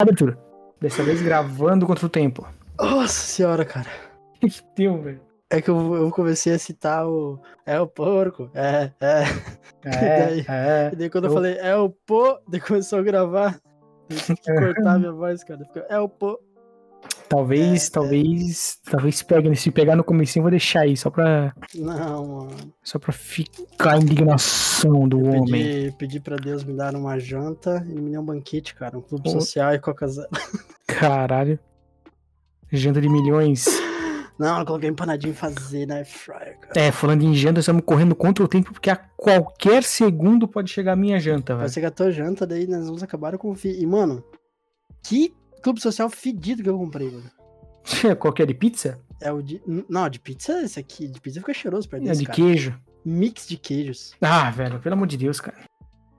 abertura. Dessa vez gravando contra o tempo. Nossa senhora, cara. Que deu, velho. É que eu, eu comecei a citar o. É o porco. É, é. daí? é. E daí quando eu, Eu- falei é o pô, daí começou a gravar. Eu tive que cortar a minha voz, cara. Ficou, é o pô. Talvez, É, talvez, talvez pegue. Se pegar no comecinho, eu vou deixar aí, só pra, Não, mano. só pra ficar a indignação do Um homem. Pedi, pedi pra Deus me dar uma janta e me deu um banquete, cara. Um clube Pô. social e coca zero. Caralho. Janta de milhões. Não, eu coloquei empanadinho e fazer na air fryer, cara. É, falando em janta, estamos correndo contra o tempo, porque a qualquer segundo pode chegar a minha janta, Vai velho. ser que a tua janta, daí nós vamos acabar com o fi. E, mano, que clube social fedido que eu comprei, mano. Qualquer de pizza? É o de. Não, de pizza, é esse aqui. De pizza fica cheiroso perto É desse, de cara. queijo. Mix de queijos. Ah, velho, pelo amor de Deus, cara.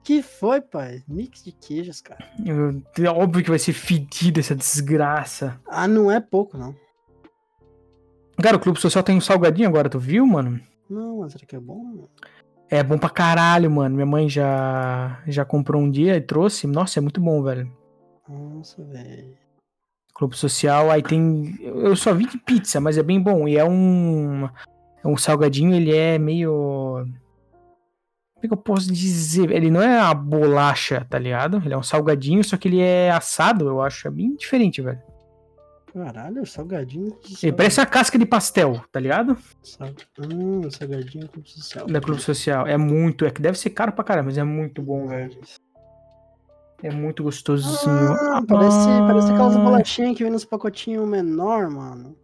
Que foi, pai? Mix de queijos, cara. Eu- é óbvio que vai ser fedido essa desgraça. Ah, não é pouco, não. Cara, o Clube Social tem um salgadinho agora, tu viu, mano? Não, mas será que é bom? mano? É bom pra caralho, mano. Minha mãe já, já comprou um dia e trouxe. Nossa, é muito bom, velho. Nossa, velho. Clube Social, aí tem. Eu só vi de pizza, mas é bem bom. E é um. É um salgadinho, ele é meio. Como é que eu posso dizer? Ele não é a bolacha, tá ligado? Ele é um salgadinho, só que ele é assado, eu acho. É bem diferente, velho. Caralho, é salgadinho. Ele parece a casca de pastel, tá ligado? Sal... Hum, salgadinho clube social. Da Clube Social. É muito. É que deve ser caro pra caralho, mas é muito bom, velho. É muito gostosinho. Ah, parece, parece aquelas Ah. bolachinhas que vem nos pacotinhos menor, mano.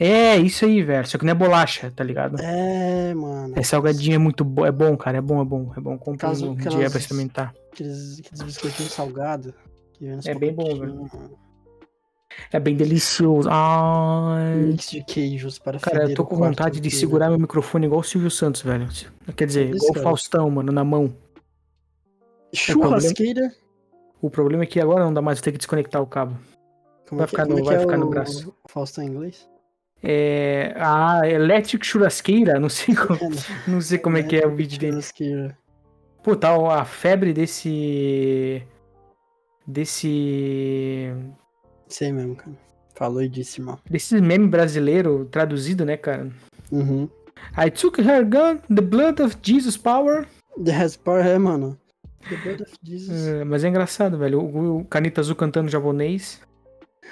É, isso aí, velho. Só que não é bolacha, tá ligado? É, mano. É salgadinho, é muito bom. É bom, cara. É bom, é bom. É bom. Compra Caso- um caso- dia pra experimentar. Aqueles, aqueles biscoitinhos salgados. que vem nos É bem bom, pacotinhos, mano. É bem delicioso. Ai. Mix de queijos para Cara, eu feder tô o com quarto vontade de inteiro. segurar meu microfone igual o Silvio Santos, velho. Quer dizer, Isso, igual o cara. Faustão, mano, na mão. Churrasqueira. O problema é que agora não dá mais, eu tenho que desconectar o cabo. Como Vai é que- ficar no- como é que vai é ficar no o- braço. o Faustão em inglês? É. A Electric Churrasqueira, não sei como, não sei como é que é o vídeo dele. Churrasqueira. Pô, tá a febre desse. Desse. Sei mesmo, cara. Falou e disse mal. Desse meme brasileiro traduzido, né, cara? Uhum. I took her gun, the blood of Jesus power. The Raspar é, mano. The Blood of Jesus. É, mas é engraçado, velho. O, o Caneta Azul cantando japonês.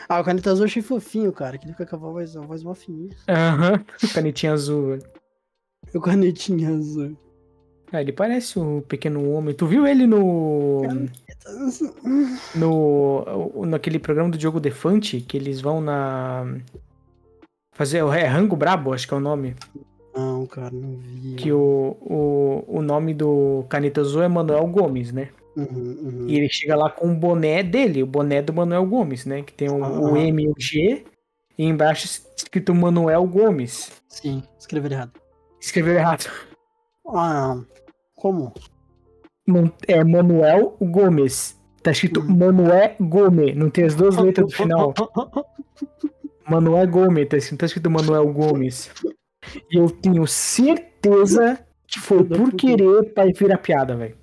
Ah, o caneta azul eu achei fofinho, cara. Que ele fica com a voz, a voz mó fininha. Aham. Canetinha azul, velho. O canetinho azul. Ah, ele parece o pequeno homem. Tu viu ele no. no naquele programa do Diogo Defante? Que eles vão na. Fazer. É Rango Brabo, acho que é o nome. Não, cara, não vi. que o, o, o nome do Caneta Azul é Manuel Gomes, né? Uhum, uhum. E ele chega lá com o boné dele, o boné do Manuel Gomes, né? Que tem o, o Ah. M e o G, e embaixo escrito Manuel Gomes. Sim, escrevi errado. Escreveu errado. Ah, não. Como? Não- É Manuel Gomes. Tá escrito Hum. Manuel Gomes. Não tem as duas letras do final. Manuel Gomes, tá escrito, tá escrito Manuel Gomes. E eu tenho certeza que foi Filho da por puta. querer pra virar piada, velho.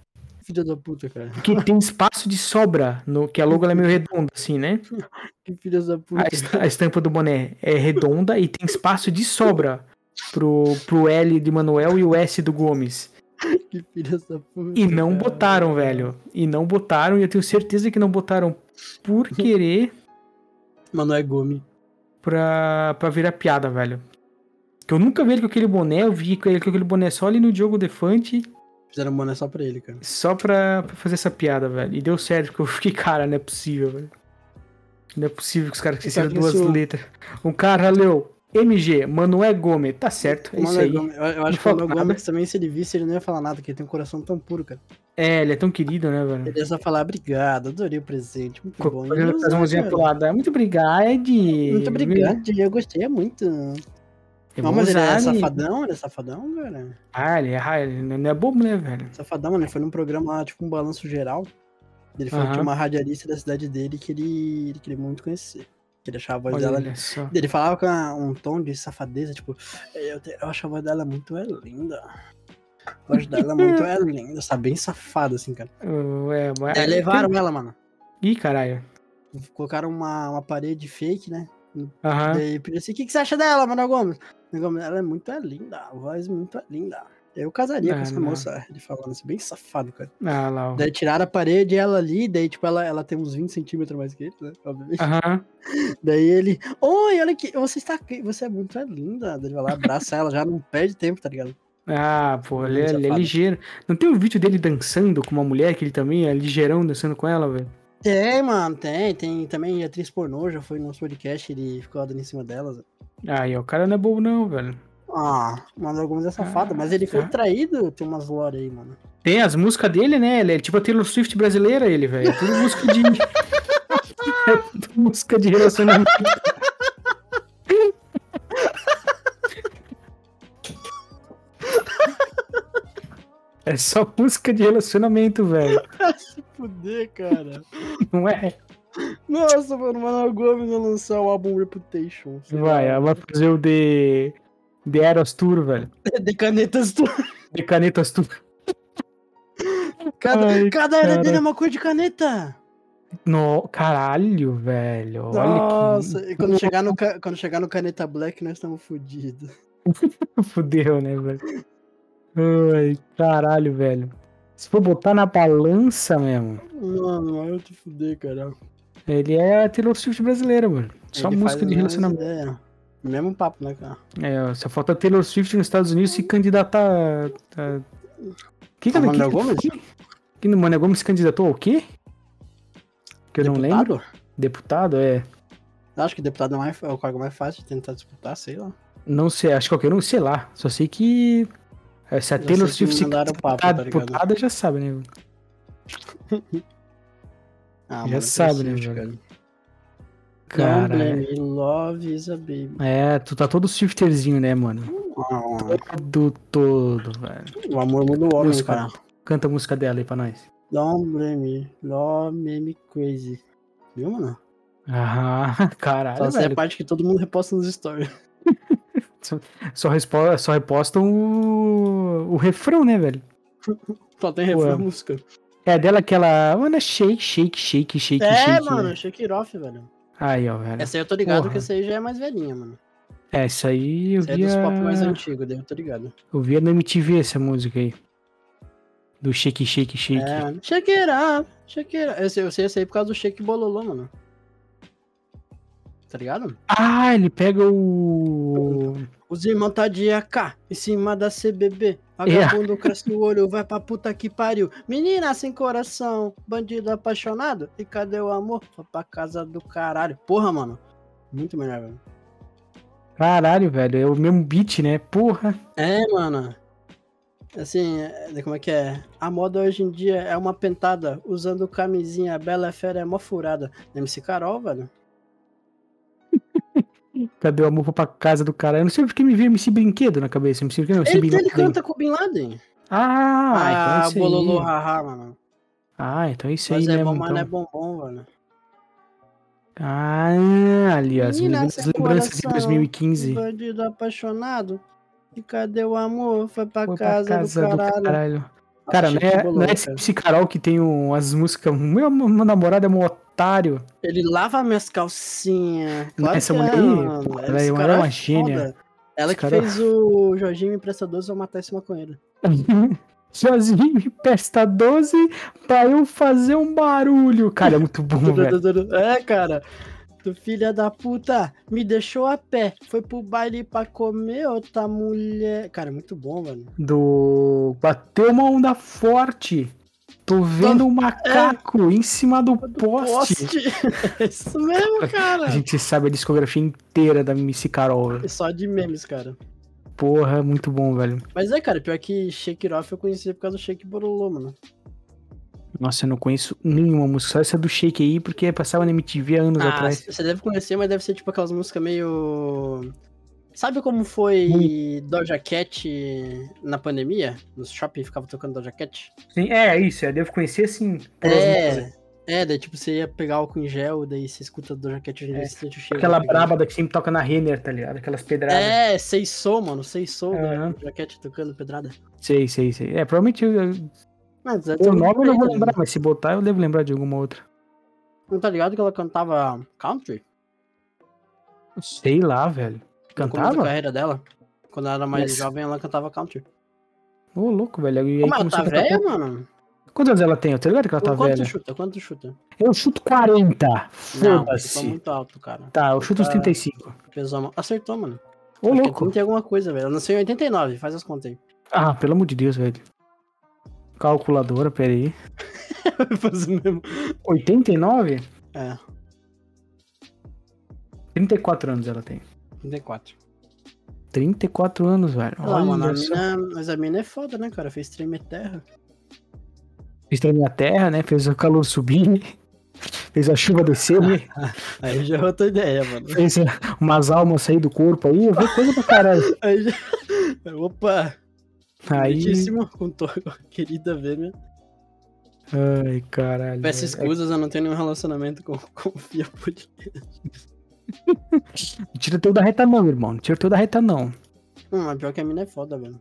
Filho da puta, cara. Porque tem espaço de sobra, no, que a logo ela é meio redonda, assim, né? Que filho da puta. A, es- a estampa do boné é redonda e tem espaço de sobra pro, pro L de Manuel e o S do Gomes. Que filho da puta. E não cara. botaram, velho. E não botaram, e eu tenho certeza que não botaram por querer Mano, é Gomes. pra, pra virar piada, velho. Que eu nunca vi ele com aquele boné, eu vi ele com aquele boné só ali no Diogo Defante, Fizeram um boné só pra ele, cara. só pra, pra fazer essa piada, velho. E deu certo, porque eu fiquei, cara, não é possível, velho. Não é possível que os caras esqueceram Sabe que duas Então, isso- letras. Um cara leu MG, Manuel Gomes, tá certo, é isso Mano, é aí. Gomes. Eu, eu Não acho que o fala Mano nada. Gomes também, se ele visse, ele não ia falar nada, porque ele tem um coração tão puro, cara. É, ele é tão querido, né, velho? Ele ia só falar, obrigado, adorei o presente, muito Co- bom. Quando ele Não, faz uma mãozinha cara. pro lado, é muito obrigado. Muito obrigado, eu gostei muito. Eu Não, vou mas ele é usar, né? safadão, ele é safadão, cara. Ah, ele é, ah, ele não é bobo, né, velho? Safadão, mano, ele foi num programa, lá, tipo, um balanço geral. Ele falou Aham. de uma radialista da cidade dele que ele, ele queria muito conhecer. Que ele achava a voz Olha dela olha só. Ele falava com a- um tom de safadeza, tipo, eu, te- eu acho a voz dela muito é linda. A voz dela muito é linda, sabe? Bem safada, assim, cara. Uh, é, mas- Daí levaram ela, mano. Ih, caralho. Colocaram uma, uma parede fake, né? Aham. Daí eu pedi assim, o que, que você acha dela, Manoel Gomes? Manoel Gomes, ela é muito linda, a voz muito é linda. Eu casaria Ah, com essa não. moça, ele falando assim, bem safado, cara. Ah lá, ó. Daí tiraram a parede e ela ali, daí tipo, ela, ela tem uns 20 centímetros mais que ele, né? Obviamente. Aham. Daí ele, oi, olha aqui, você está aqui, você é muito linda. Daí ele vai lá, abraça ela, já não perde tempo, tá ligado? Ah, pô, ele, é- Safado. ele é ligeiro. Não tem um vídeo dele dançando com uma mulher que ele também é ligeirão dançando com ela, velho? Tem, mano, tem, tem também atriz pornô, já foi no nosso podcast, ele ficou dando em cima delas. Aí, ó, o cara não é bobo não, velho. Ah, mano, algumas é safado, mas ele foi tá. traído, tem umas lore aí, mano. Tem as músicas dele, né? Ele é tipo a Taylor Swift brasileira, ele, velho. É tudo música de. é tudo música de relacionamento. É só música de relacionamento, velho. Fuder, cara. Não é? Nossa, mano, o Manoel Gomes vai lançar o álbum Reputation. sei Vai, lá. ela vai fazer o de. The Eros Tour, velho. De canetas tu. De Canetas Tour. Cada, Ai, cada era cara. dele é uma cor de caneta. No, caralho, velho. Olha Nossa, e quando chegar, no, ca- quando chegar no Caneta Black, nós estamos fodidos. que fudeu, né, velho? Ai, caralho, velho. Se for botar na balança mesmo, Mano, eu te fuder, cara. ele é a Taylor Swift brasileira, mano. Só Ele faz música a de mesma relacionamento. ideia. Mesmo papo, né, cara? É, ó, só falta a Taylor Swift nos Estados Unidos se candidatar. A... Que que Ao Manuel que- Gomes? que- Que no Mané Gomes se candidatou ao quê? Que eu não lembro. Deputado? Deputado, é. Acho que deputado é, mais, é o cargo mais fácil de tentar disputar, sei lá. Não sei, acho que qualquer um, sei lá. Só sei que. é, Se a Já Taylor sei que Swift se mandaram o papo, candidatar a tá ligado? deputada, já sabe, né? Ah, Já sabe, né, Swift, velho? cara? Don't Caralho. blame me, love is a baby. É, tu tá todo shifterzinho, né, mano? Ah, Todo, todo, velho. o amor muda o homem, Música. cara. Canta a música dela aí pra nós. Don't blame me, love made me crazy. Viu, mano? Aham, caralho, Só essa é a velho. parte que todo mundo reposta nos stories. Só, respo- só repostam o... o refrão, né, velho? Só tem refrão Ué. e música. É a dela aquela... Mano, é shake, shake, shake, shake, É, shake. mano, shake it off, velho. Aí, ó, velho. Essa aí eu tô ligado É. Porra. que essa aí já é mais velhinha, mano. É, isso aí eu Essa aí é dos pop mais via... antigos, daí eu tô ligado. Eu via na MTV essa música aí. Do shake, shake, shake. É, shake it up, shake it up. Eu sei, eu sei essa aí por causa do shake bololô, mano. Tá ligado? Ah, ele pega o... Os irmãos tá de AK em cima da CBB. Yeah. Vagabundo cresce o olho, vai pra puta que pariu. Menina sem coração, bandido apaixonado. E cadê o amor? Foi pra casa do caralho. Porra, mano. Muito melhor, velho. Caralho, velho. É o mesmo beat, né? Porra. É, mano. Assim, é- como é que é? A moda hoje em dia é uma pentada. Usando camisinha, Bela Fera é mó furada. MC Carol, velho. Cadê o amor Vou pra casa do cara? Eu não sei porque me veio MC Brinquedo na cabeça. MC Brinquedo não, MC Ele, ele Brinquedo. canta com o Bin Laden. Ah, Ah, então é bololô, isso aí. haha, mano. Ah, então é isso aí Mas é mesmo. bom, mas não é então. bombom, velho. Ah, ali, ó, as Menina, minhas sem lembranças de coração. 2015. Bandido apaixonado. E cadê o amor? Foi pra, Foi pra casa, do caralho. Cara, não Achei que é, bolou, não é esse cara. MC Carol que tem um, as músicas. Meu, meu namorado é um otário. Ele lava minhas calcinhas. Não, Claro essa que mulher é, aí, mano. pô, Esse ela é uma- cara ela é uma foda. gênia. Ela Esse que cara- é fez o Jorginho me presta 12, eu matar esse maconheiro. Sozinho me presta 12 pra eu fazer um barulho. Cara, é muito bom, velho. É, cara. Tu filha da puta, me deixou a pé. Foi pro baile pra comer outra mulher. Cara, é muito bom, mano. do bateu uma onda forte. Tô vendo um macaco em cima do, poste. Poste. É Isso mesmo, cara. A gente sabe a discografia inteira da MC Carol. velho. É Só de memes, cara. Porra, é muito bom, velho. Mas é, cara, pior que Shake It Off eu conheci por causa do Shake Borolô, mano. Nossa, eu não conheço nenhuma música, só essa do Shake aí, porque passava na MTV há anos Ah, atrás. você deve conhecer, mas deve ser tipo aquelas músicas meio. Sabe como foi Hum. Doja Cat na pandemia? No shopping ficava tocando Doja Cat? Sim, é isso, eu devo conhecer sim. por osmose. É. É, daí tipo, você ia pegar álcool em gel, daí você escuta Doja Cat e É, você sente o cheiro. Aquela tá ligado? braba da que sempre toca na Renner, tá ligado? Aquelas pedradas. É, sei sou, mano, sei sou, Aham. né? Doja Cat tocando pedrada. Sei, sei, sei. É, provavelmente eu- eu- Mas é o tudo nome eu não vou bem, né? lembrar, mas se botar eu devo lembrar de alguma outra. Não tá ligado que ela cantava country? Sei lá, velho. No começo da Cantava? carreira dela. Quando ela era mais Isso. jovem, ela cantava country. Ô, louco, velho. E aí Ô, mas ela começou tá a cantar velha, pop. mano? Quantos anos ela tem? Eu tô ligado que ela tá Quanto velha. chuta? Quanto chuta? Eu chuto 40. Não, tá Foda-se. muito alto, cara. Tá, eu chuto os Tá. 35. Pesou a mão. Acertou, mano. Ô, Acho que louco. Tem alguma coisa, velho. Eu nasci em 89, faz as contas aí. Ah, pelo amor de Deus, velho. Calculadora, pera aí. faz o mesmo. 89? É, 34 anos ela tem. 34. 34 anos, velho. Ah, mano, a Olha só. mina, mas a mina é foda, né, cara? Fez treme terra. Fez tremer a terra, né? Fez o calor subir. Fez a chuva descer, né? Aí já é outra ideia, mano. fez eh, umas almas sair do corpo aí. Eu vi coisa pra caralho. Aí já... Opa! Aí. Muitíssimo, com tua querida Vêmia. Ai, caralho. Peço velho. escusas, eu não tenho nenhum relacionamento com, com o Fia Podcast. Não tira teu da reta, não, irmão. Não tira teu da reta, não. Hum, mas pior que a mina é foda, velho.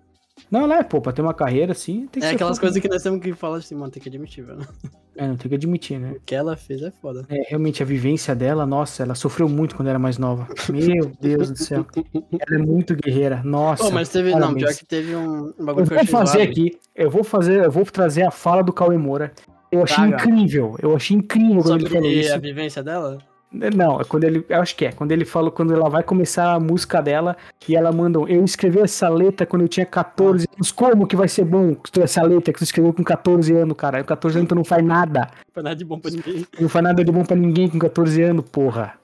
Não, lá é, pô, pra ter uma carreira assim, tem que É ser aquelas foda. coisas que nós temos que falar assim, mano, tem que admitir, velho. É, não tem que admitir, né? O que ela fez é foda. É, realmente a vivência dela, nossa, ela sofreu muito quando era mais nova. Meu Deus do céu. Ela é muito guerreira. Nossa. Pô, mas teve. Não, parabéns. pior que teve um, um Eu bagulho que eu vou achei fazer zoado. aqui, eu vou fazer, eu vou trazer a fala do Cauê Moura. Eu achei Traga. é incrível, eu achei incrível quando ele falou Sobre isso. a vivência dela? Não, é quando ele, eu acho que é, quando ele falou, quando ela vai começar a música dela, e ela manda, um, eu escrevi essa letra quando eu tinha 14 anos, como que vai ser bom essa letra que tu escreveu com 14 anos, cara? Com 14 anos tu não faz nada, Foi nada de bom pra ninguém. não faz nada de bom pra ninguém com 14 anos, porra.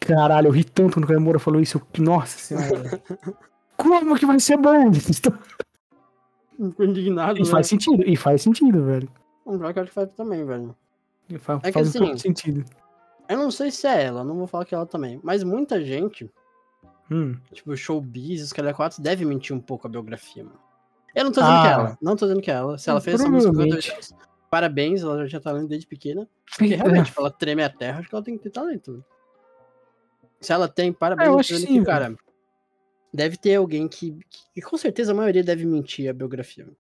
Caralho, eu ri tanto quando o Cauê Moura falou isso, eu- nossa senhora. como que vai ser bom? Ficou indignado, E né? faz sentido, e faz sentido, velho. Um pior que eu acho que faz também, velho. E Faz, É que faz assim, todo sentido. Eu não sei se é ela, não vou falar que é ela também. Mas muita gente, Hum. tipo, showbiz, os Calha 4, deve mentir um pouco a biografia, mano. Eu não tô dizendo que Ah. é ela. Não tô dizendo que é ela. Se ela fez essa música com dois Provavelmente. anos, parabéns, ela já tinha talento desde pequena. Porque é É. realmente, pra ela treme a terra, acho que ela tem que ter talento. velho. Se ela tem, parabéns, É, eu tô acho que dizendo sim, cara. Deve ter alguém que, que, que Com certeza a maioria deve mentir a biografia. velho.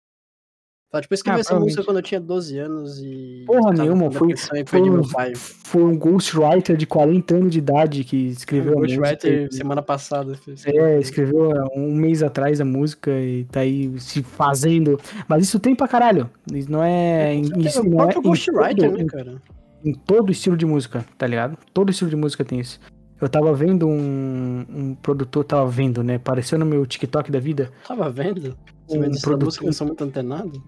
Fala, tipo, eu escrevi Ah, essa música provavelmente. quando eu tinha 12 anos e. Porra tava nenhuma, com foi- depressão e foi perdi um- meu pai. Foi um ghostwriter de 40 anos de idade que escreveu a música. um Ghostwriter semana passada. fez. É, escreveu há um mês atrás a música e tá aí se fazendo. Mas isso tem pra caralho. Isso não é. em- Isso o não é próprio em Ghostwriter, todo- né, cara? em todo estilo de música, tá ligado? Todo estilo de música tem isso. Eu tava vendo um, um produtor, tava vendo, né? Apareceu no meu TikTok da vida. Tava vendo? Você Um vê dessa produtor- música, eu não sou muito antenado.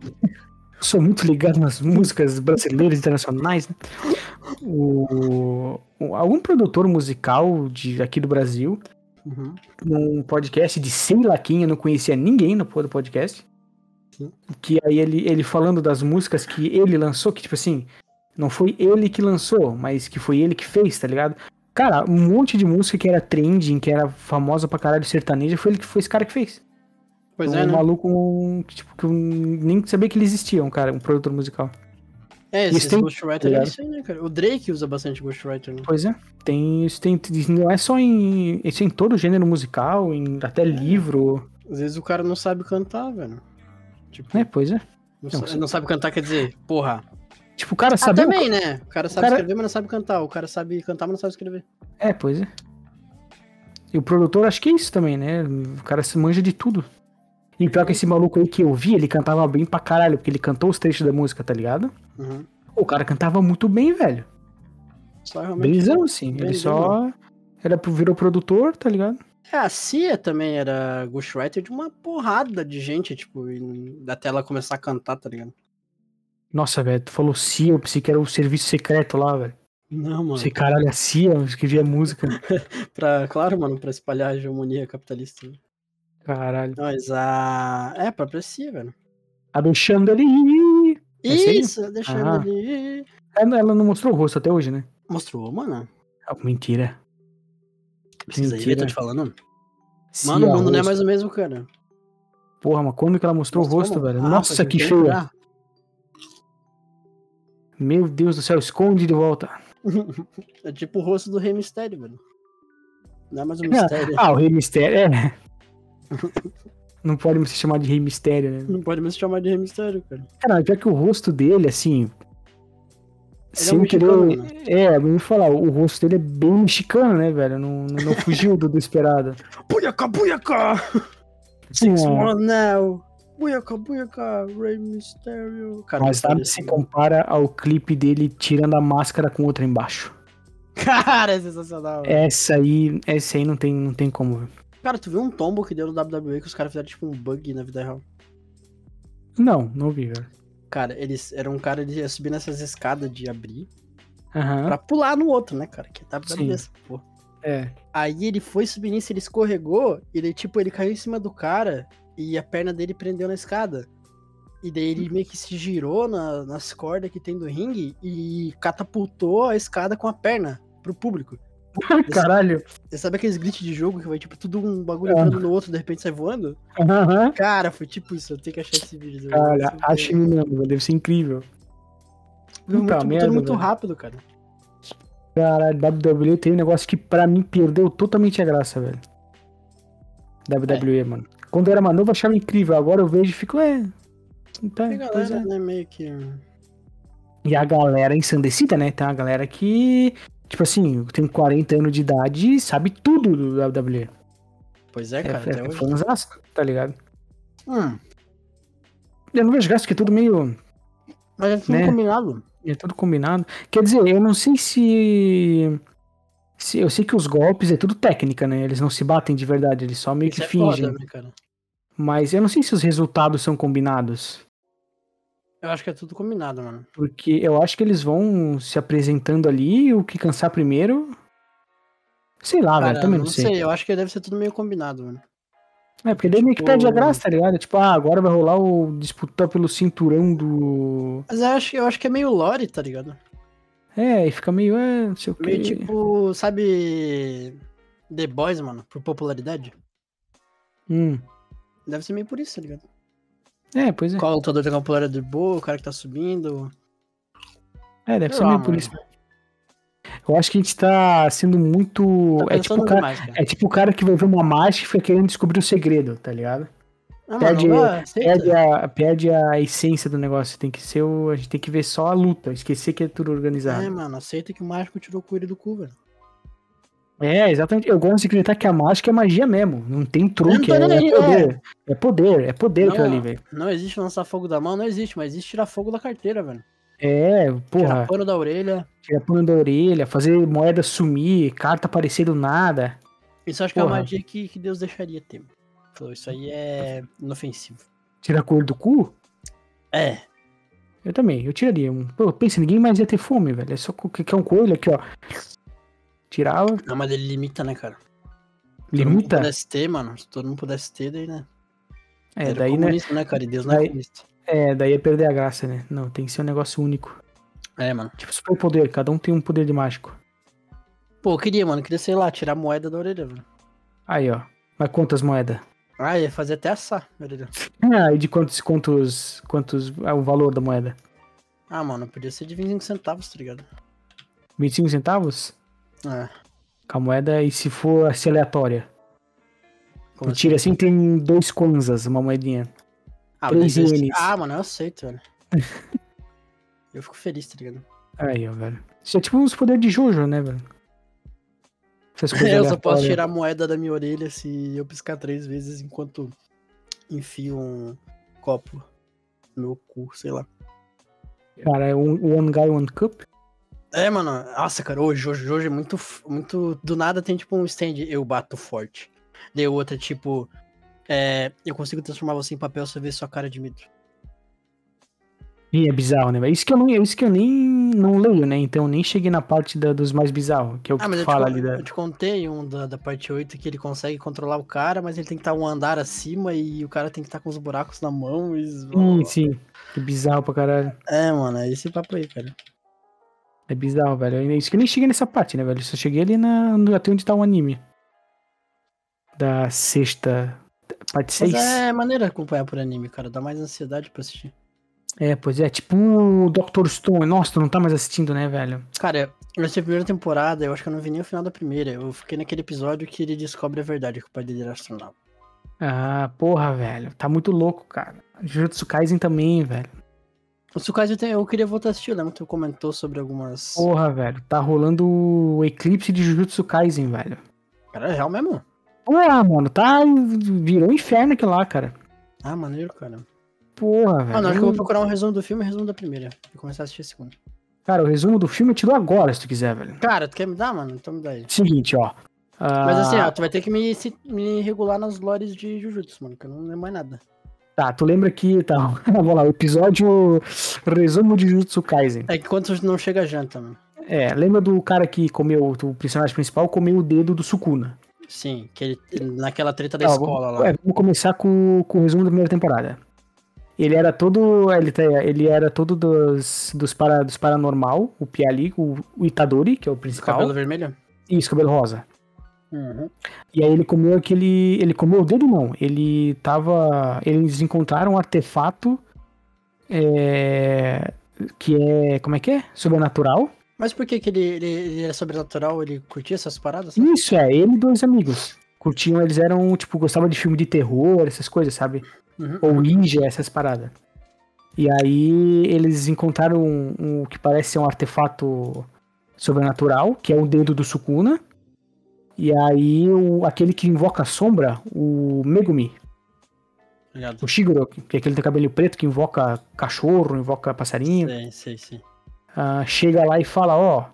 sou muito ligado nas músicas brasileiras e internacionais, né? O, o- algum produtor musical de, aqui do Brasil, Uhum. num podcast de sei lá quem, eu não conhecia ninguém no porra do podcast. Sim. Que aí ele, ele falando das músicas que ele lançou, que tipo assim, não foi ele que lançou, mas que foi ele que fez, tá ligado? Cara, um monte de música que era trending, que era famosa pra caralho sertaneja, foi ele que foi esse cara que fez. Pois um é, né? maluco um, que, tipo, que eu nem sabia que ele existia, um cara, um produtor musical. É, esses Isso tem- Ghostwriter é Obrigado. isso aí, né, cara? O Drake usa bastante Ghostwriter, né? Pois é, tem isso, tem, não é só em, isso é em todo gênero musical, em até livro, Às vezes o cara não sabe cantar, velho. Tipo, né? Pois é. não, não, sa- sim. não sabe cantar, quer dizer, porra. Tipo, o cara Ah, sabe. também, né? O cara sabe cara- escrever, mas não sabe cantar. O cara sabe cantar, mas não sabe escrever. É, pois é. E o produtor, acho que é isso também, né? O cara se manja de tudo. E pior que esse maluco aí que eu vi, ele cantava bem pra caralho, porque ele cantou os trechos da música, tá ligado? Uhum. O cara cantava muito bem, velho. Só realmente. Brisão, assim. Ele Brisão. só. Era, virou produtor, tá ligado? É, a Cia também era Ghostwriter de uma porrada de gente, tipo, e- até ela começar a cantar, tá ligado? Nossa, velho, tu falou CIA, eu pensei que era o serviço secreto lá, velho. Não, mano. Você, caralho, a CIA, eu escrevia música. Pra, claro, mano, pra espalhar a hegemonia capitalista. né? Caralho. Mas a. É, a própria Cia, velho. Tá deixando ele ir. É sério? Isso, deixando Ah. ele. ir. Ela ela não mostrou o rosto até hoje, né? Mostrou, mano. Ah, Mentira. Precisa aí ver, Mentira. tô te falando. Se Mano, a o mundo não é rosto- mais o mesmo, cara. Porra, mas quando que ela mostrou, o rosto, mano? velho? Ah, Nossa, faz que tempo feio. já. Meu Deus do céu, esconde de volta. É tipo o rosto do Rei Mistério, velho. Não é mais um Não, mistério. Ah, o Rei Mistério, é. né? Não pode se chamar de Rei Mistério, né? Não pode mais se chamar de Rei Mistério, cara. Cara, pior que o rosto dele, assim. é Sem querer. mexicano, né? mano. É, eu ia falar, o rosto dele é bem mexicano, né, velho? Não, não, não fugiu do, do esperado. Buiaca, buiaca! Sim, é, Monel! Buiaca, buiaca! Rey Mysterio! Cara, mas eu nada falei se assim, compara ao clipe dele tirando a máscara com outra embaixo. Cara, é sensacional. velho. Essa aí, essa aí não tem, não tem como, velho. Cara, tu viu um tombo que deu no WWE que os caras fizeram tipo um bug na vida real? Não, não vi, velho. Cara, eles era um cara, ele ia subir nessas escadas de abrir Aham. pra pular no outro, né, cara? Que tá Sim. dessa porra. É. Aí ele foi subir nisso, ele escorregou, ele tipo, ele caiu em cima do cara e a perna dele prendeu na escada. E daí ele meio que se girou na- nas cordas que tem do ringue e catapultou a escada com a perna pro público. Caralho. Você sabe aqueles glitch de jogo que vai tipo tudo um bagulho Ah. entrando no outro, de repente sai voando? Aham. Cara, foi tipo isso, eu tenho que achar esse vídeo. Cara, Isso acho foi- ele mesmo, velho. Deve ser incrível. foi muito, puta tudo merda, muito velho. rápido, cara. Caralho, WWE tem um negócio que pra mim perdeu totalmente a graça, velho. WWE, mano. Quando eu era mais novo, eu achava incrível. Agora eu vejo e fico, é. Tá, E a pois é. galera, né, meio que. E a galera ensandecida, né? Tem uma galera que, tipo assim, tem 40 anos de idade e sabe tudo do WWE. Pois é, É, cara, até é, é hoje. fãzaço, tá ligado? Hum, Eu não vejo graça, porque é tudo meio. mas é tudo Né? combinado. É tudo combinado. Quer dizer, eu não sei se. se- eu sei que os golpes é tudo técnica, né? Eles não se batem de verdade, eles só meio Isso que é fingem. foda, né, cara? Mas eu não sei se os resultados são combinados. Eu acho que é tudo combinado, mano. Porque eu acho que eles vão se apresentando ali, o que cansar primeiro. Sei lá, Cara, Ah, velho, também não, sei. Eu acho que deve ser tudo meio combinado, mano. É, porque daí meio que Tipo- perde a graça, tá ligado? Tipo, ah, agora vai rolar o disputar pelo cinturão do. Mas eu acho, eu acho que é meio lore, tá ligado? É, e fica meio, é, não sei o quê. Meio tipo, sabe. The Boys, mano, por popularidade. Hum. Deve ser meio por isso, tá ligado? É, pois é. Qual lutador tem uma popularidade boa, o cara que tá subindo. É, deve Sei ser lá, meio por mano. isso. Eu acho que a gente tá sendo muito. Tá é, tipo pensando o cara... demais, cara. é tipo o cara que vai ver uma mágica e fica querendo descobrir o segredo, tá ligado? Ah, perde- mano, ah, aceita. Perde a, perde a essência do negócio. Tem que ser o, a gente tem que ver só a luta, esquecer que é tudo É, organizado. mano, aceita que o mágico tirou o coelho do cu, velho. É, exatamente. Eu gosto de acreditar que a mágica é magia mesmo. Não tem truque, Eu é, não tô nem aí, é poder. É poder, é poder Não, aquilo ali, velho. Não existe lançar fogo da mão, não existe, mas existe tirar fogo da carteira, velho. É, Tirar porra, pano da orelha. tirar pano da orelha, fazer moeda sumir, carta aparecer do nada. Isso eu acho que é uma Porra. magia que, que Deus deixaria ter. Falou, isso aí é inofensivo. Tirar cor do cu? É, Eu também, eu tiraria um. Pô, pensa, ninguém mais ia ter fome, velho. É só co- que que é um coelho aqui, ó. Tirava, não, mas ele limita, né, cara? Se todo mundo limita. pudesse ter, mano. Se todo mundo pudesse ter, daí, né? É, Era daí, né? comunista, né? cara? E Deus não é daí- comunista. É, daí ia perder a graça, né? Não, tem que ser um negócio único. É, mano. Tipo, superpoder, cada um tem um poder de mágico. Pô, eu queria, mano. eu Queria, sei lá, tirar a moeda da orelha, velho. Aí, ó. Mas quantas moedas? Ah, ia fazer até assar a orelha. Ah, e de quantos, quantos, quantos é o valor da moeda? Ah, mano, podia ser de 25 centavos, tá ligado? 25 centavos? É. Com a moeda, e se for assim, aleatória? como Tira assim, tem dois kwanzas, uma moedinha. assim? Ah, três mas- ienes. Ah, mano, eu aceito, velho. eu fico feliz, tá ligado? Aí, ó, velho. Isso é tipo uns poderes de Jojo, né, velho? Essas coisas eu só posso aleatórias. tirar a moeda da minha orelha se eu piscar três vezes enquanto enfio um copo no meu cu, sei lá. Cara, é um- One Guy, One Cup. É, mano. Nossa, cara, hoje, hoje, hoje é muito, f- muito. Do nada tem tipo um stand, eu bato forte. Daí o outro é tipo. É, eu consigo transformar você em papel você vê sua cara de mito. E é bizarro, né, velho? Isso que eu, não, isso que eu nem não leio, né? Então eu nem cheguei na parte da- dos mais bizarros, que é o que Ah, mas tu eu te, fala con- ali da... eu te contei um da, da parte 8 que ele consegue controlar o cara, mas ele tem que estar um andar acima e o cara tem que estar com os buracos na mão. E... Sim, sim. Que bizarro pra caralho. É, mano, é esse papo aí, cara. É bizarro, velho. Eu- Isso que eu nem cheguei nessa parte, né, velho? Eu só cheguei ali na, no- até onde tá o anime. Da sexta. Parte Mas 6. É... é maneiro acompanhar por anime, cara. Dá mais ansiedade pra assistir. pois é, tipo o Dr. Stone. Nossa, tu não tá mais assistindo, né, velho? Cara, eu assisti a primeira temporada, eu acho que eu não vi nem o final da primeira. Eu fiquei naquele episódio que ele descobre a verdade que o pai dele era astronauta. Ah, porra, velho. Tá muito louco, cara. Jujutsu Kaisen também, velho. O Tsukasa tem- eu queria voltar a assistir, eu lembro que tu comentou sobre algumas. Porra, velho. Tá rolando o eclipse de Jujutsu Kaisen, velho. Cara, é real mesmo? Porra, mano. Tá. Virou um inferno aquilo lá, cara. Ah, maneiro, cara. Porra, velho. Mano, acho que eu vou procurar um resumo do filme e resumo da primeira. E começar a assistir a segunda. Cara, o resumo do filme eu te dou agora, se tu quiser, velho. Cara, tu quer me dar, mano? Então me dá aí. Seguinte, ó. Mas Ah, assim, ó, tu vai ter que me, se- me regular nas lores de Jujutsu, mano, que eu não lembro mais nada. Tá, tu lembra que. Tá, vamos lá, o episódio. Resumo de Jujutsu Kaisen. É que quando não chega a janta, mano. É, lembra do cara que comeu, o personagem principal comeu o dedo do Sukuna. Sim, que ele, naquela treta da Tá, escola vamos, lá. é, vamos começar com, com o resumo da primeira temporada. Ele era todo. Ele, tá- ele era todo dos, dos, para, dos paranormal, o Piali, o, o Itadori, que é o O principal. cabelo vermelho? Isso, cabelo rosa. Uhum. E aí ele comeu aquele. Ele comeu o dedo não. Ele tava. Eles encontraram um artefato. é, que é. Como é que é? Sobrenatural. Mas por que que ele, ele, ele era sobrenatural? Ele curtia essas paradas? sabe? Isso, é, ele e dois amigos. Curtiam, eles eram, tipo, gostavam de filme de terror, essas coisas, sabe? Uhum. Ou ninja, essas paradas. E aí eles encontraram um, um que parece ser um artefato sobrenatural, que é o dedo do Sukuna. E aí o, aquele que invoca a sombra, o Megumi, Tá Ligado? o Shigoro, que é aquele do cabelo preto que invoca cachorro, invoca passarinho, Sei, sei, sei. ah, chega lá e fala, ó,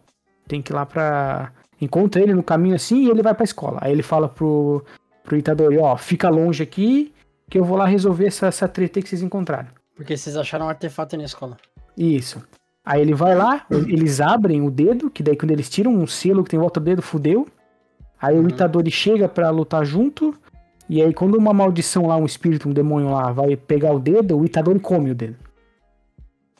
tem que ir lá pra... Encontra ele no caminho assim e ele vai pra escola. Aí ele fala pro, pro Itadori, ó, fica longe aqui que eu vou lá resolver essa, essa treta aí que vocês encontraram. Porque vocês acharam um artefato aí na escola. Isso. Aí ele vai lá, eles abrem o dedo, que daí quando eles tiram um selo que tem em volta do dedo, fudeu. Aí Uhum. o Itadori chega pra lutar junto, e aí quando uma maldição lá, um espírito, um demônio lá, vai pegar o dedo, o Itadori come o dedo.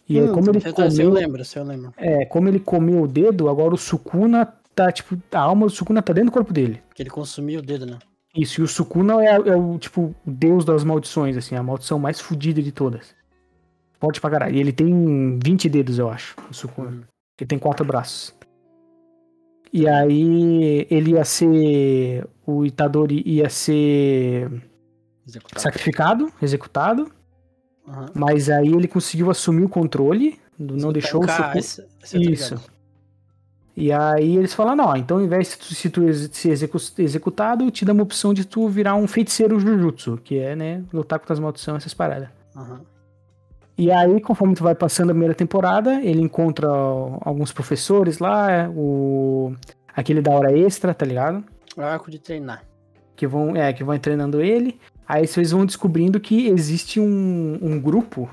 E aí Hum, como ele se eu, se eu comeu, lembro, se eu lembro. é, como ele comeu o dedo, agora o Sukuna tá, tipo, a alma do Sukuna tá dentro do corpo dele. Porque ele consumiu o dedo, né? Isso, e o Sukuna é, é o, tipo, o deus das maldições, assim, a maldição mais fodida de todas. Forte pra caralho. E ele tem 20 dedos, eu acho, o Sukuna. Uhum. Ele tem quatro braços. E aí ele ia ser. O Itadori ia ser Executado. sacrificado, executado, Aham. mas aí ele conseguiu assumir o controle, do- não deixou o é, Cara, Sukuna. esse- esse eu tô Isso. tá ligado. E aí eles falam, não, então ao invés de tu, se tu ex- ser execu- executado, te dá uma opção de tu virar um feiticeiro Jujutsu, que é, né, lutar contra as maldições, essas paradas. Aham. E aí, conforme tu vai passando a primeira temporada, ele encontra ó, alguns professores lá, o aquele da hora extra, tá ligado? É O arco de treinar. Que vão, é, que vão treinando ele. Aí vocês vão descobrindo que existe um, um grupo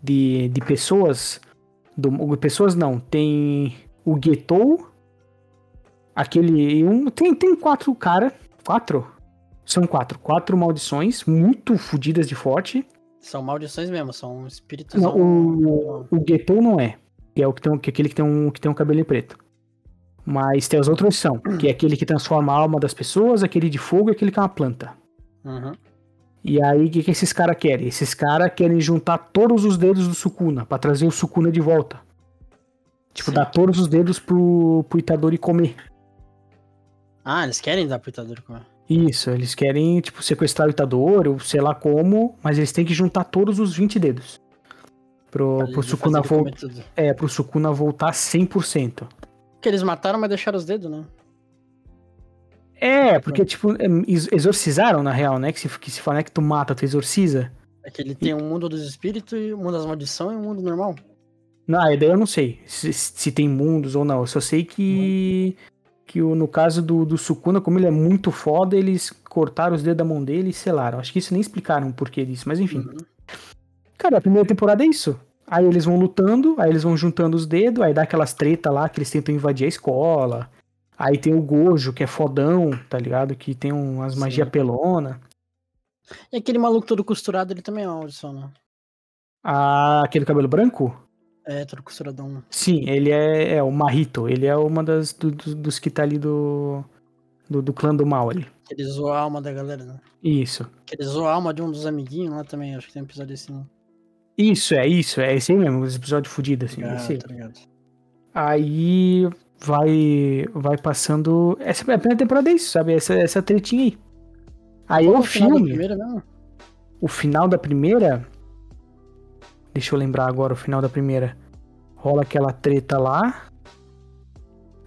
de, de pessoas, do, pessoas não, tem o Getou, aquele, um, tem, tem quatro cara, quatro? São quatro, quatro maldições, muito fodidas de forte. São maldições mesmo, são espíritos. Não, o, o Getou não é. Que é o que tem, que é aquele que tem um, que tem um cabelo preto. Mas tem os outros são. Que é aquele que transforma a alma das pessoas, aquele de fogo e aquele que é uma planta. Uhum. E aí, o que, que esses caras querem? Esses caras querem juntar todos os dedos do Sukuna pra trazer o Sukuna de volta. Tipo, Sim. dar todos os dedos pro, pro Itadori comer. Ah, eles querem dar pro Itadori comer. Isso, eles querem, tipo, sequestrar o Itadori, ou sei lá como, mas eles têm que juntar todos os 20 dedos. Pro, Eles pro vão Sukuna fazer ele voltar. comer tudo. É, pro Sukuna voltar 100%. Porque eles mataram, mas deixaram os dedos, né? É, porque, tipo, em- ex- exorcizaram, na real, né? Que se, que se fala né, que tu mata, tu exorciza. É que ele tem o mundo dos espíritos, e o mundo das maldições e o mundo normal. Não, aí daí eu não sei se, se tem mundos ou não. Eu só sei que. Que o, no caso do, do Sukuna, como ele é muito foda, eles cortaram os dedos da mão dele e selaram. Acho que isso nem explicaram o porquê disso, mas enfim. Uhum. Cara, a primeira temporada é isso. Aí eles vão lutando, aí eles vão juntando os dedos, aí dá aquelas treta lá que eles tentam invadir a escola. Aí tem o Gojo, que é fodão, tá ligado? Que tem umas Sim. magia pelona. E aquele maluco todo costurado, ele também é uma maldição, né? Ah, aquele cabelo branco? É, todo costuradão. né? Sim, ele é, é o Marrito. Ele é uma das do- do- dos que tá ali do, do, do clã do mal ali. Que ele zoa a alma da galera, né? Isso. Que ele zoa a alma de um dos amiguinhos lá também. Acho que tem um episódio assim. né? Isso, é isso. É esse aí mesmo. Os episódios fodidos, assim. Ah, esse aí. tá ligado. Aí vai vai passando... Essa é a primeira temporada é isso, sabe? Essa, essa tretinha aí. Aí é o Qual o final da filme. primeira mesmo? O final da primeira... Deixa eu lembrar agora o final da primeira. Rola aquela treta lá.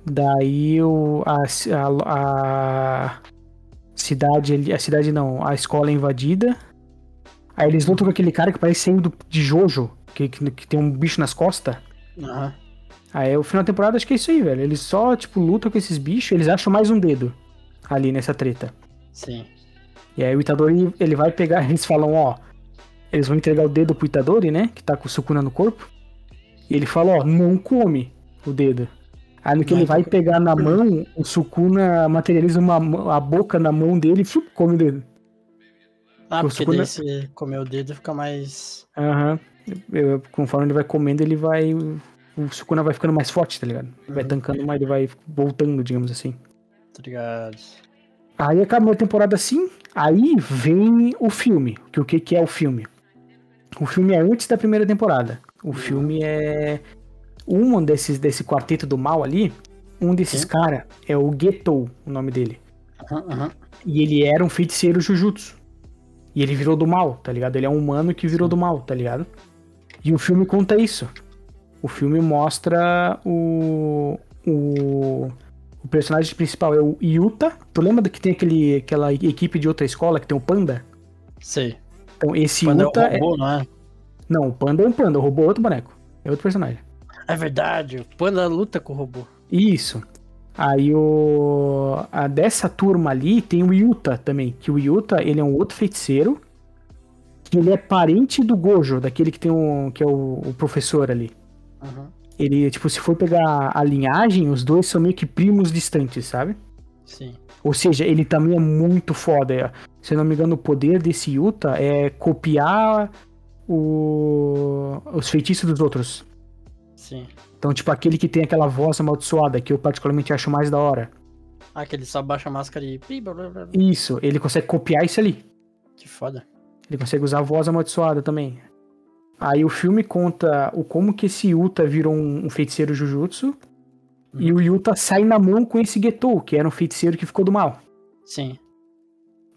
Daí o, a, a, a cidade. A cidade não, a escola é invadida. Aí eles lutam com aquele cara que parece saindo de Jojo, que, que, que tem um bicho nas costas. Aham. Aí o final da temporada acho que é isso aí, velho. Eles só, tipo, lutam com esses bichos, eles acham mais um dedo ali nessa treta. Sim. E aí o Itadori, ele vai pegar, eles falam, ó, eles vão entregar o dedo pro Itadori, né, que tá com o Sukuna no corpo. E ele fala, ó, não come o dedo. Aí no que ele vai pegar na mão, o Sukuna materializa uma, mão- a boca na mão dele e fiu, come o dedo. Ah, O porque Sukuna- daí você comer o dedo fica mais. Aham. Eu- Conforme ele vai comendo, ele vai... O Sukuna vai ficando mais forte, tá ligado? Vai Uhum. tancando mais, ele vai voltando, digamos assim. Tá ligado? Aí acabou a temporada assim, aí vem o filme. Que o que, que é o filme? O filme é antes da primeira temporada. O filme é. Um desses desse quarteto do mal ali, um desses Sim. caras é o Getou, o nome dele. Aham, aham. E ele era um feiticeiro Jujutsu. E ele virou do mal, tá ligado? Ele é um humano que virou do mal, tá ligado? E o filme conta isso. O filme mostra o. O, o personagem principal é o Yuta. Tu lembra do que tem aquele, aquela equipe de outra escola que tem o Panda? Sei. Então esse Quando é o Yuta. é- robô, não é? Não, o Panda é um Panda, o robô é outro boneco. É outro personagem. É verdade, o panda luta com o robô. Isso. Aí o. A dessa turma ali tem o Yuta também. Que o Yuta, ele é um outro feiticeiro. Que ele é parente do Gojo, daquele que tem um. que é o, o professor ali. Aham. Ele, tipo, se for pegar a linhagem, os dois são meio que primos distantes, sabe? Sim. Ou seja, ele também é muito foda. Se eu não me engano, o poder desse Yuta é copiar o- os feitiços dos outros. Sim. Então, tipo, aquele que tem aquela voz amaldiçoada, que eu particularmente acho mais da hora. Ah, que ele só baixa a máscara e. pi, blá, blá, blá, blá. Isso, ele consegue copiar isso ali. Que foda. Ele consegue usar a voz amaldiçoada também. Aí o filme conta o como que esse Yuta virou um, um feiticeiro Jujutsu. E o Yuta sai na mão com esse Getou, que era um feiticeiro que ficou do mal. Sim.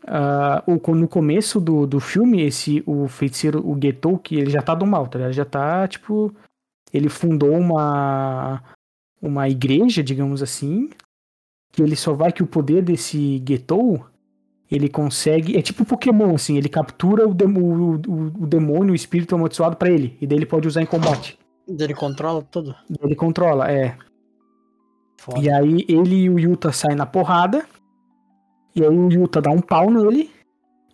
Ah, o, co- no começo do, do filme, esse o feiticeiro, o Getou, que ele já tá do mal, tá ligado? Já tá, tipo. Ele fundou uma. Uma igreja, digamos assim. Que ele só vai que o poder desse Getou. Ele consegue. É tipo Pokémon, assim. Ele captura o, demo- o, o- o demônio, o espírito amaldiçoado pra ele. E daí ele pode usar em combate. Ele controla tudo. E Ele controla, é. Foda. E aí ele e o Yuta saem na porrada. E aí o Yuta dá um pau nele.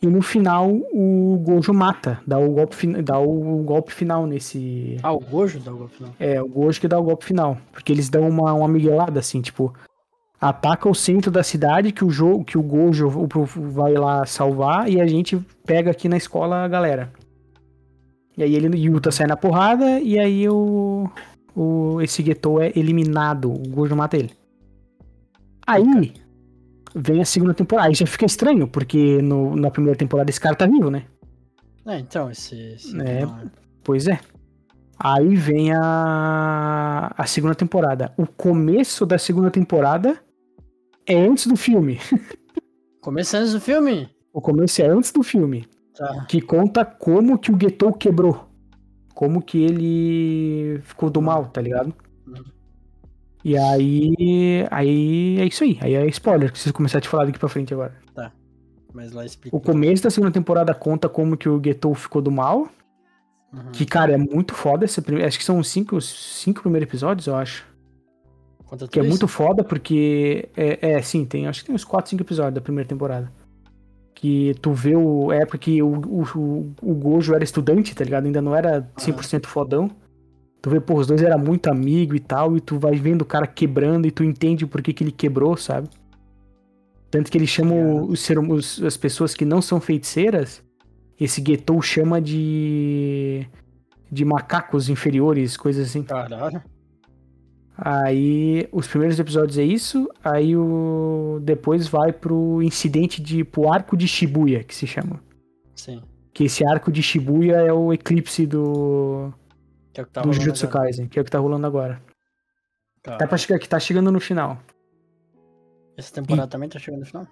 E no final o Gojo mata. Dá o golpe, fin- dá o golpe final nesse. Ah, o Gojo dá o golpe, não. É, o Gojo que dá o golpe final. Porque eles dão uma, uma miguelada, assim, tipo. Ataca o centro da cidade que o jogo que o Gojo o pro- vai lá salvar e a gente pega aqui na escola a galera. E aí ele e o Yuta sai na porrada e aí o, o esse Geto é eliminado, o Gojo mata ele. Aí vem a segunda temporada, aí já fica estranho, porque no- na primeira temporada esse cara tá vivo, né? É, então, esse. esse É. Pois é. Aí vem a, a segunda temporada. O começo da segunda temporada é antes do filme. Começa antes do filme? O começo é antes do filme. Tá. Que conta como que o Getou quebrou. Como que ele ficou do mal, tá ligado? E aí. Aí é isso aí. Aí é spoiler, que vocês começar a te falar daqui pra frente agora. Mas lá explica. O começo da segunda temporada conta como que o Getou ficou do mal. Uhum. Que, cara, é muito foda essa primeira. Acho que são cinco, cinco primeiros episódios, eu acho. Conta Que é Tá tudo muito isso? foda, porque. É, é, sim, tem. Acho que tem uns 4, 5 episódios da primeira temporada. Que tu vê o, a época que o, o, o Gojo era estudante, tá ligado? Ainda não era 100% fodão. Tu vê, pô, os dois eram muito amigo e tal, e tu vai vendo o cara quebrando e tu entende por que, que ele quebrou, sabe? Tanto que ele chama o- os, ser- os- as pessoas que não são feiticeiras, esse Getou chama de. de macacos inferiores, coisas assim. Caralho. Aí os primeiros episódios é isso, aí o depois vai pro incidente de pro arco de Shibuya, que se chama. Sim. Que esse arco de Shibuya é o eclipse do Que é o que tá do rolando Jujutsu agora. Kaisen, que é o que tá rolando agora. Tá. Tá para chegar que tá chegando no final. Essa temporada também tá chegando no final?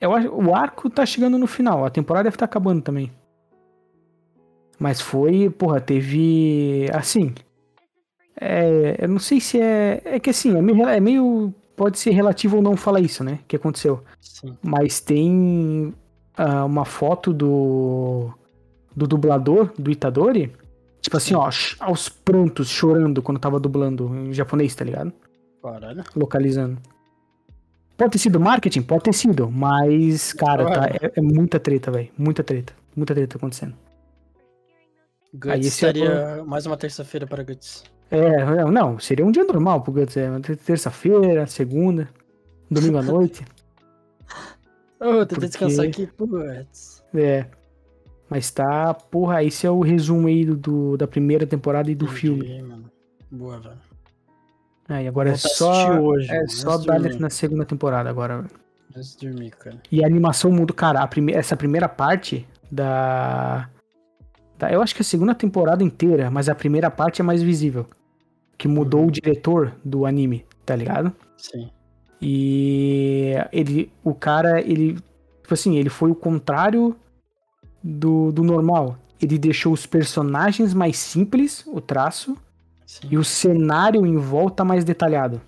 Eu acho, o arco tá chegando no final, a temporada deve estar acabando também. tá Mas foi, porra, teve. Assim. É, eu não sei se é. É que assim, é meio, é meio Pode ser relativo ou não falar isso, né? Que aconteceu. Sim. Mas tem ah, uma foto do. Do dublador, do Itadori. Tipo assim, ó, ch- aos prantos, chorando quando tava dublando em japonês, tá ligado? Caralho. localizando. Pode ter sido marketing? Pode ter sido, mas, cara, tá, é, é muita treta, velho. Muita treta. Muita treta acontecendo. Aí Guts esse é o- seria mais uma terça-feira para Guts. É, não, não, seria um dia normal pro Guts. É uma ter- terça-feira, segunda, domingo à noite. Oh, tentei Porque- descansar aqui, putz. É. Mas tá, porra, esse é o resumo aí do, do- da primeira temporada e do Entendi, filme. mano. Boa, velho. Aí agora é Vou só. assistir hoje, É mano, só antes de dar dormir. na segunda temporada agora, velho. Antes de dormir, cara. E a animação muda, cara. a prime- Essa primeira parte da... da. Eu acho que a segunda temporada inteira, mas a primeira parte é mais visível. Que Uhum. mudou o diretor do anime, tá ligado? Sim. E ele. O cara, ele. Tipo assim, ele foi o contrário do, do normal. Ele deixou os personagens mais simples, o traço, Sim. e o cenário em volta mais detalhado.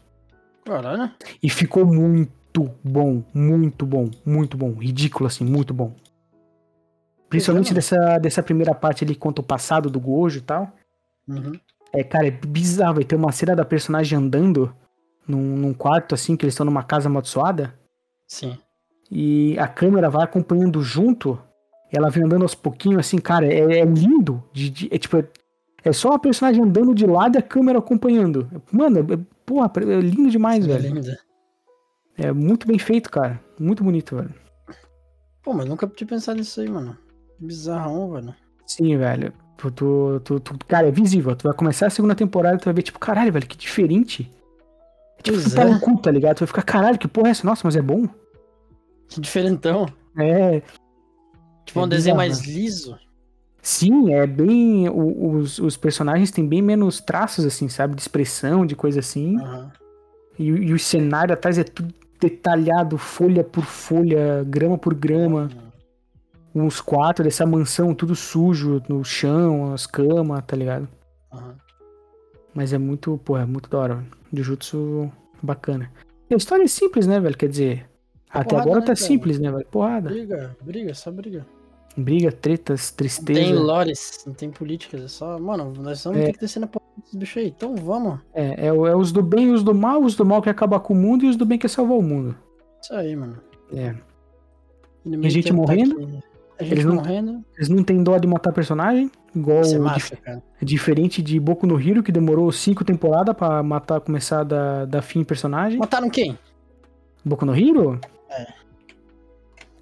Caralho. E ficou muito bom, muito bom, muito bom. Ridículo, assim, muito bom. Principalmente Legal. dessa, dessa primeira parte ali, conta o passado do Gojo e tal. Uhum. É, cara, é bizarro. Vai ter uma cena da personagem andando num, num quarto, assim, que eles estão numa casa amaldiçoada. Sim. E a câmera vai acompanhando junto. Ela vem andando aos pouquinhos, assim, cara, é, é lindo. De, de- é tipo, é, é só a personagem andando de lado e a câmera acompanhando. Mano, é, é- porra, é lindo demais, Coisa velho. linda. É muito bem feito, cara. Muito bonito, velho. Pô, mas nunca tinha pensado nisso aí, mano. Que Bizarrão, velho. Sim, velho. Tu, tu, tu, tu- cara, é visível. Tu vai começar a segunda temporada e tu vai ver, tipo, caralho, velho, que diferente. É tipo, Pois chutar é. no cu, tá ligado? Tu vai ficar, caralho, que porra é essa? Nossa, mas é bom. Que diferentão. É, Tipo, um É desenho bizarro, mais liso. sim, é bem. o- os, os personagens têm bem menos traços, assim, sabe? De expressão, de coisa assim. Aham. E, e o cenário atrás é tudo detalhado, folha por folha, grama por grama. Uns quatro dessa mansão, tudo sujo, no chão, as camas, tá ligado? Aham. Mas é muito, pô, é muito da hora, mano. Jujutsu bacana. E a história é simples, né, velho? Quer dizer, até É porrada, agora né, tá cara? simples, né, velho? Porrada. Briga, briga, só briga. Briga, tretas, Não tem tristeza. lores, não tem políticas, é só. Mano, nós vamos É. ter que descer na porra desses bichos aí. Então vamos. É, é, o- é os do bem e os do mal, os do mal que acabar com o mundo e os do bem que salvar o mundo. Isso aí, mano. É. E no E meio gente tempo tá morrendo? aqui A gente Eles não- morrendo. Eles não têm dó de matar personagem, igual Isso é dif- massa, cara. diferente de Boku no Hero, que demorou cinco temporadas pra matar, começar da, da fim personagem. Mataram quem? Boku no Hero? É.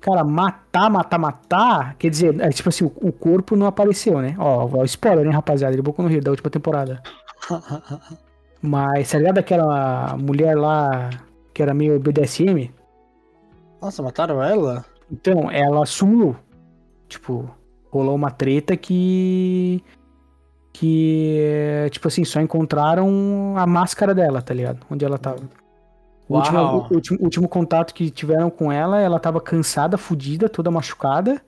Cara, matar, matar, matar. Quer dizer, é tipo assim, o, o corpo não apareceu, né? Ó, ó, spoiler, hein, rapaziada? De Boku no Hero da última temporada. Mas, tá ligado aquela mulher lá que era meio BDSM? Nossa, mataram ela? Então, ela sumiu. Tipo, rolou uma treta que. Que. é, Tipo assim, só encontraram a máscara dela, tá ligado? Onde ela tava. O último, é Uau. o último- o último contato que tiveram com ela, ela tava cansada, fudida, toda machucada. Tá,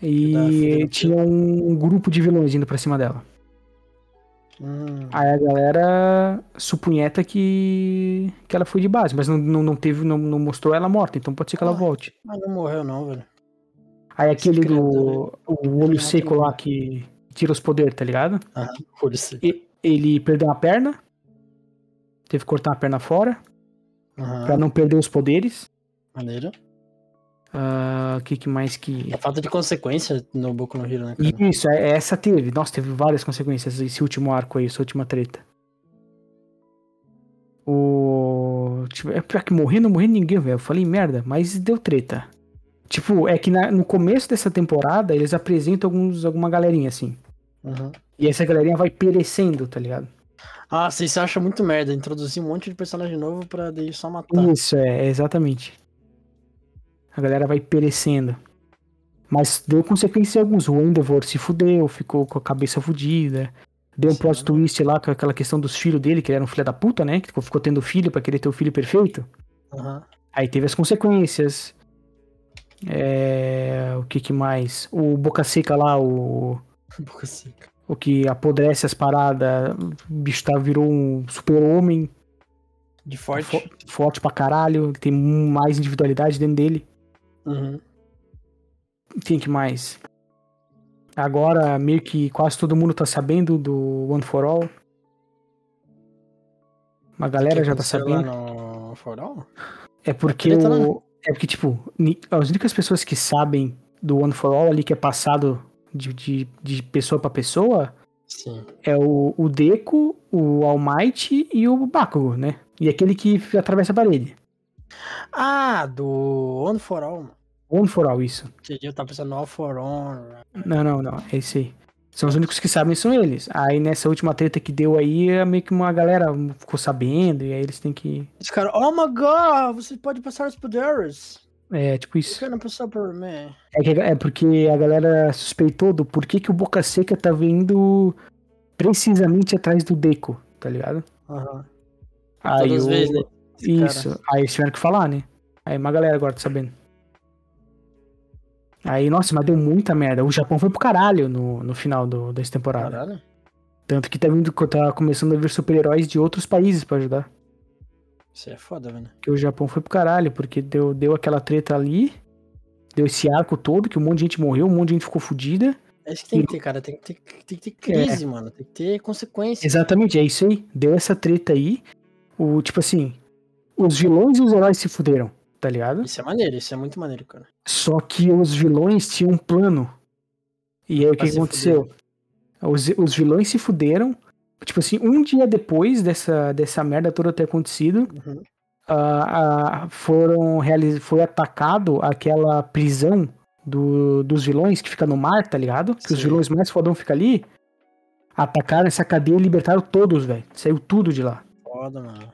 E fudida. tinha um grupo de vilões indo pra cima dela. Hum, Aí a galera supunheta que, que ela foi de base, mas não, não, não teve, não, não mostrou ela morta, então pode ser que ela Ah. volte. mas não morreu, não, velho. Aí aquele credo, do né? o olho seco lá que tira os poderes, tá ligado? Por isso. E- ele perdeu uma perna, teve que cortar a perna fora pra Aham. não perder os poderes. Maneiro. Ah, O que, que mais que É falta de consequência no Boku no Hero, né, cara? Isso, é- essa teve. Nossa, teve várias consequências esse último arco aí, essa última treta. O. Tipo, é pior que morrer, não morrer ninguém, velho. Eu falei merda, mas deu treta. Tipo, é que na- no começo dessa temporada eles apresentam alguns, alguma galerinha assim. Uhum. E essa galerinha vai perecendo, tá ligado? Ah, vocês acham muito merda introduzir um monte de personagem novo pra daí só matar. Isso, é, é exatamente. A galera vai perecendo. Mas deu consequência em alguns. O Endeavor se fudeu, ficou com a cabeça fudida. Deu um Sim, plot né? twist lá com aquela questão dos filhos dele, que ele era um filho da puta, né? Que ficou- ficou tendo filho pra querer ter o filho perfeito. Aham. Aí teve as consequências. É, o que que mais? O Boca Seca lá, o, Boca seca. O que apodrece as paradas. O bicho tá, virou um super-homem. De forte. Fo- forte pra caralho. Tem mais individualidade dentro dele. Uhum. Tem que mais. Agora, meio que quase todo mundo tá sabendo do One for All. Uma galera já tá Aconteceu lá sabendo. No farol? É porque Treta, o- É porque, tipo, ni- as únicas pessoas que sabem do One for All ali que é passado de, de, de pessoa pra pessoa Sim. é o, o Deco, o All Might e o Bakugo, né? E aquele que f- atravessa a parede. Ah, do One for All, mano. One for All, isso. Esse dia eu tava pensando no All for All. Não, não, não. É esse aí. São os únicos que sabem, são eles. Aí nessa última treta que deu aí, é meio que uma galera ficou sabendo, e aí eles têm que. Esse cara, oh my god, você pode passar os poderes. É, tipo Por isso. que não passou por mim? É, que- é porque a galera suspeitou do porquê que o Boca Seca tá vindo precisamente atrás do Deco, tá ligado? Aham. Aí Todas as o- vezes, né? Esse cara. Isso. Aí eles tiveram que falar, né? Aí uma galera agora tá sabendo. Aí, nossa, mas deu muita merda. O Japão foi pro caralho no, no final do, dessa temporada. Caralho. Tanto que tá, vindo, tá começando a vir super-heróis de outros países pra ajudar. Isso é foda, velho. Porque o Japão foi pro caralho, porque deu, deu aquela treta ali, deu esse arco todo, que um monte de gente morreu, um monte de gente ficou fodida. É isso que tem que ter, cara. Tem que ter, tem que ter crise, É. mano. Tem que ter consequência. Exatamente, é isso aí. Deu essa treta aí. O, tipo assim, os vilões e os heróis se fuderam, tá ligado? Isso é maneiro, isso é muito maneiro, cara. Só que os vilões tinham um plano. E aí o Pra que se aconteceu? Os, os vilões se fuderam. Tipo assim, um dia depois dessa, dessa merda toda ter acontecido, Uhum. ah, ah, foram reali- foi atacado aquela prisão do, dos vilões que fica no mar, tá ligado? Que os Sim. vilões mais fodão ficam ali. Atacaram essa cadeia e libertaram todos, velho. Saiu tudo de lá. Foda, mano.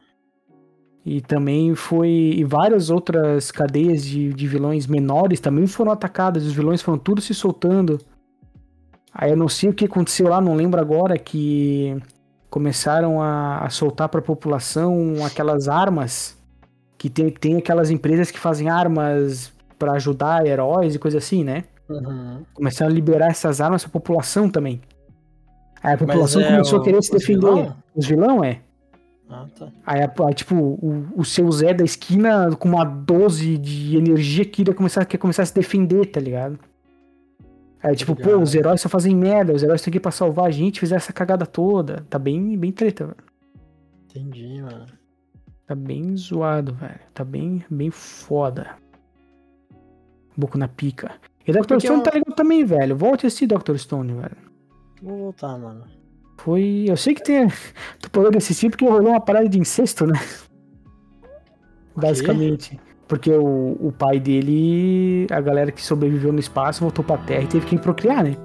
E também foi. E várias outras cadeias de, de vilões menores também foram atacadas. Os vilões foram tudo se soltando. Aí eu não sei o que aconteceu lá, não lembro agora, que começaram a, a soltar pra população aquelas armas. Que tem, tem aquelas empresas que fazem armas pra ajudar heróis e coisa assim, né? Uhum. Começaram a liberar essas armas pra população também. Aí a população é começou o- a querer se os defender. vilão? Os vilão, é. Ah, tá. Aí, a- aí, tipo, o, o seu Zé da esquina com uma 12 de energia que iria começar, quer começar a se defender, tá ligado? Aí, tipo, pô, Tá ligado. os heróis só fazem merda, os heróis estão aqui pra salvar a gente, fizeram essa cagada toda. Tá bem, bem treta, velho. Entendi, mano. Tá bem zoado, velho. Tá bem, bem foda. Boco na pica. E Dr. Porque é um Stone eu- tá legal também, velho. Volte a assistir Dr. Stone, velho. Vou voltar, mano. Foi. Eu sei que tem. Tu parou de assistir porque rolou uma parada de incesto, né? Basicamente. Porque o, o pai dele, a galera que sobreviveu no espaço, voltou pra terra e teve que procriar, né?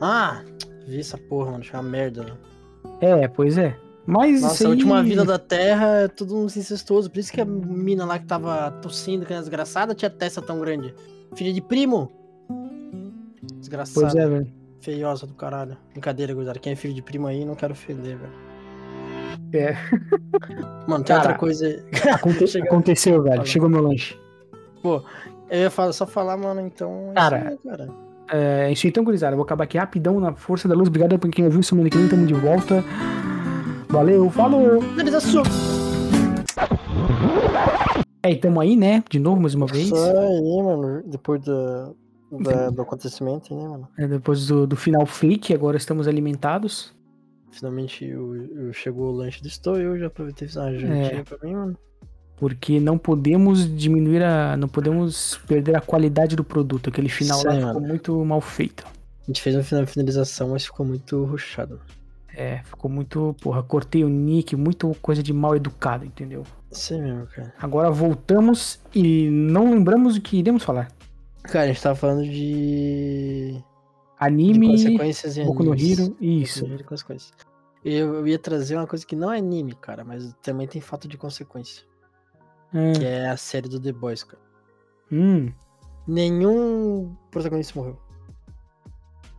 Ah, vi essa porra, mano. Achei uma merda, né? É, pois é. Mas. isso Nossa, aí... a última vida da Terra é tudo uns incestuoso. Por isso que a mina lá que tava tossindo, que era desgraçada, tinha testa tão grande. Filha de primo. Pois Desgraçada. é, velho. Feiosa do caralho. Brincadeira, gurizada. Quem é filho de primo aí, não quero ofender, velho. É. Mano, tem Cara. outra coisa. Aconte- Chega- Aconteceu, velho. Fala. Chegou meu lanche. Eu ia falar, só falar, mano, então. é Cara. isso aí, cara. É isso aí, então, gurizada. eu Vou acabar aqui rapidão na Força da Luz. Obrigado por quem ouviu. Semana que vem tamo de volta. Valeu, falou! Eles assumem. É, e tamo aí, né? De novo, mais uma vez. Isso aí, mano. Depois do, da- do acontecimento, né, mano? É, depois do, do final fake, agora estamos alimentados. Finalmente eu, eu- chegou o lanche do Estou, eu já aproveitei e fiz uma jantinha É. pra mim, mano. Porque não podemos diminuir a. Não podemos perder a qualidade do produto. Aquele final Isso lá aí, ficou mano. muito mal feito. A gente fez uma fina- finalização, mas ficou muito ruchado. É, ficou muito. Porra, cortei o nick, muito coisa de mal educado, entendeu? Isso aí mesmo, cara. Agora voltamos e não lembramos o que iremos falar. Cara, a gente tava falando de. de Anime, consequências em Boku no animes. Hero, Boku isso. no Hero e consequências. Eu, eu ia trazer uma coisa que não é anime, cara, mas também tem fato de consequência. Que Ah, é a série do The Boys, cara. hum, Nenhum protagonista morreu.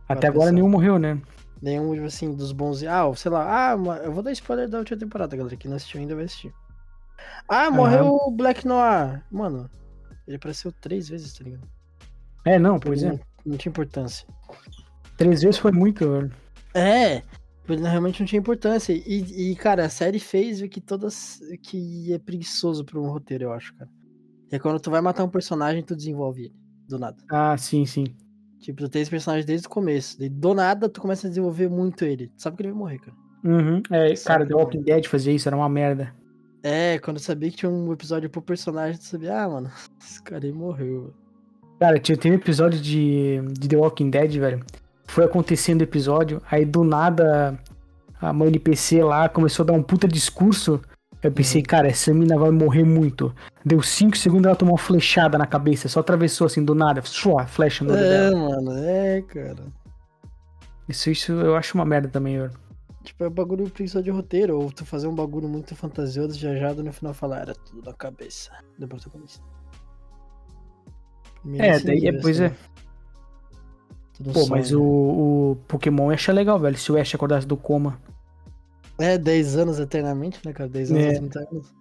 até agora nenhum morreu, né? Nenhum, tipo assim, dos bons. Ah, sei lá. Ah, mo- eu vou dar spoiler da última temporada, galera. Quem não assistiu ainda vai assistir. Ah, morreu o Black Noir. Mano, ele apareceu três vezes, tá ligado? É, não, pois é. Não, não tinha importância. Três vezes foi muito, né? velho. É, ele realmente não tinha importância. E, e, cara, a série fez o que todas. que é preguiçoso pra um roteiro, eu acho, cara. Que é quando tu vai matar um personagem, tu desenvolve ele. Do nada. Ah, sim, sim. Tipo, tu tem esse personagem desde o começo. E do nada, tu começa a desenvolver muito ele. Tu sabe que ele vai morrer, cara. Uhum. É, Sabe, cara, The né? Walking Dead fazia isso, era uma merda. É, quando eu sabia que tinha um episódio pro personagem, tu sabia, ah, mano, esse cara aí morreu. Cara, tinha, teve um episódio de, de The Walking Dead, velho. Foi acontecendo o episódio, aí do nada a mãe NPC lá começou a dar um puta discurso. Eu pensei, Uhum. cara, essa mina vai morrer muito. Deu 5 segundos ela tomou uma flechada na cabeça, só atravessou assim do nada, sua flecha no olho dela. É, mano, é, cara. Isso, isso eu acho uma merda também, velho. Tipo, é bagulho preguiçoso de roteiro, ou tu fazer um bagulho muito fantasioso, viajado, no final falar, era tudo da cabeça do protagonista. Primeiro É, assim, daí, é, né? pois é. Tudo Pô, sonho. mas o, o Pokémon eu achei legal, velho. Se o Ash acordasse do coma É, 10 anos eternamente, né, cara? 10 anos É. é 30 anos.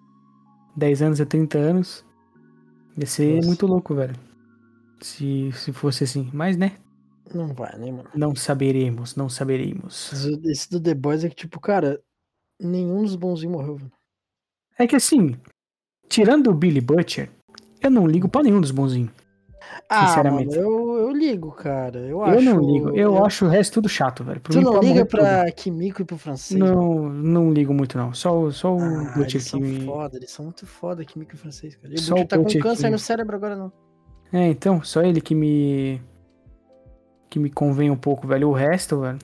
10 anos a 30 anos, ia ser Nossa. muito louco, velho. Se, se fosse assim. Mas, né? Não vai, né, mano? Não saberemos, não saberemos. Esse do- Esse do The Boys é que, tipo, cara, nenhum dos bonzinhos morreu, velho. É que assim, tirando o Billy Butcher, eu não ligo pra nenhum dos bonzinhos. Ah, mano, Sinceramente. eu, eu ligo, cara. Eu, eu acho. não ligo. Eu, acho o resto tudo chato, velho. Por Tu mim, não pode liga morrer pra Kimiko e pro francês? tudo. Não, não ligo muito, não. Só, o- só o Ah, Butcher eles que são me. foda, eles são muito foda, Kimiko e francês, cara. E o Só Butcher o tá com Butcher câncer que- no cérebro agora, não. É, então, só ele que me. Que me convém um pouco, velho. O resto, velho.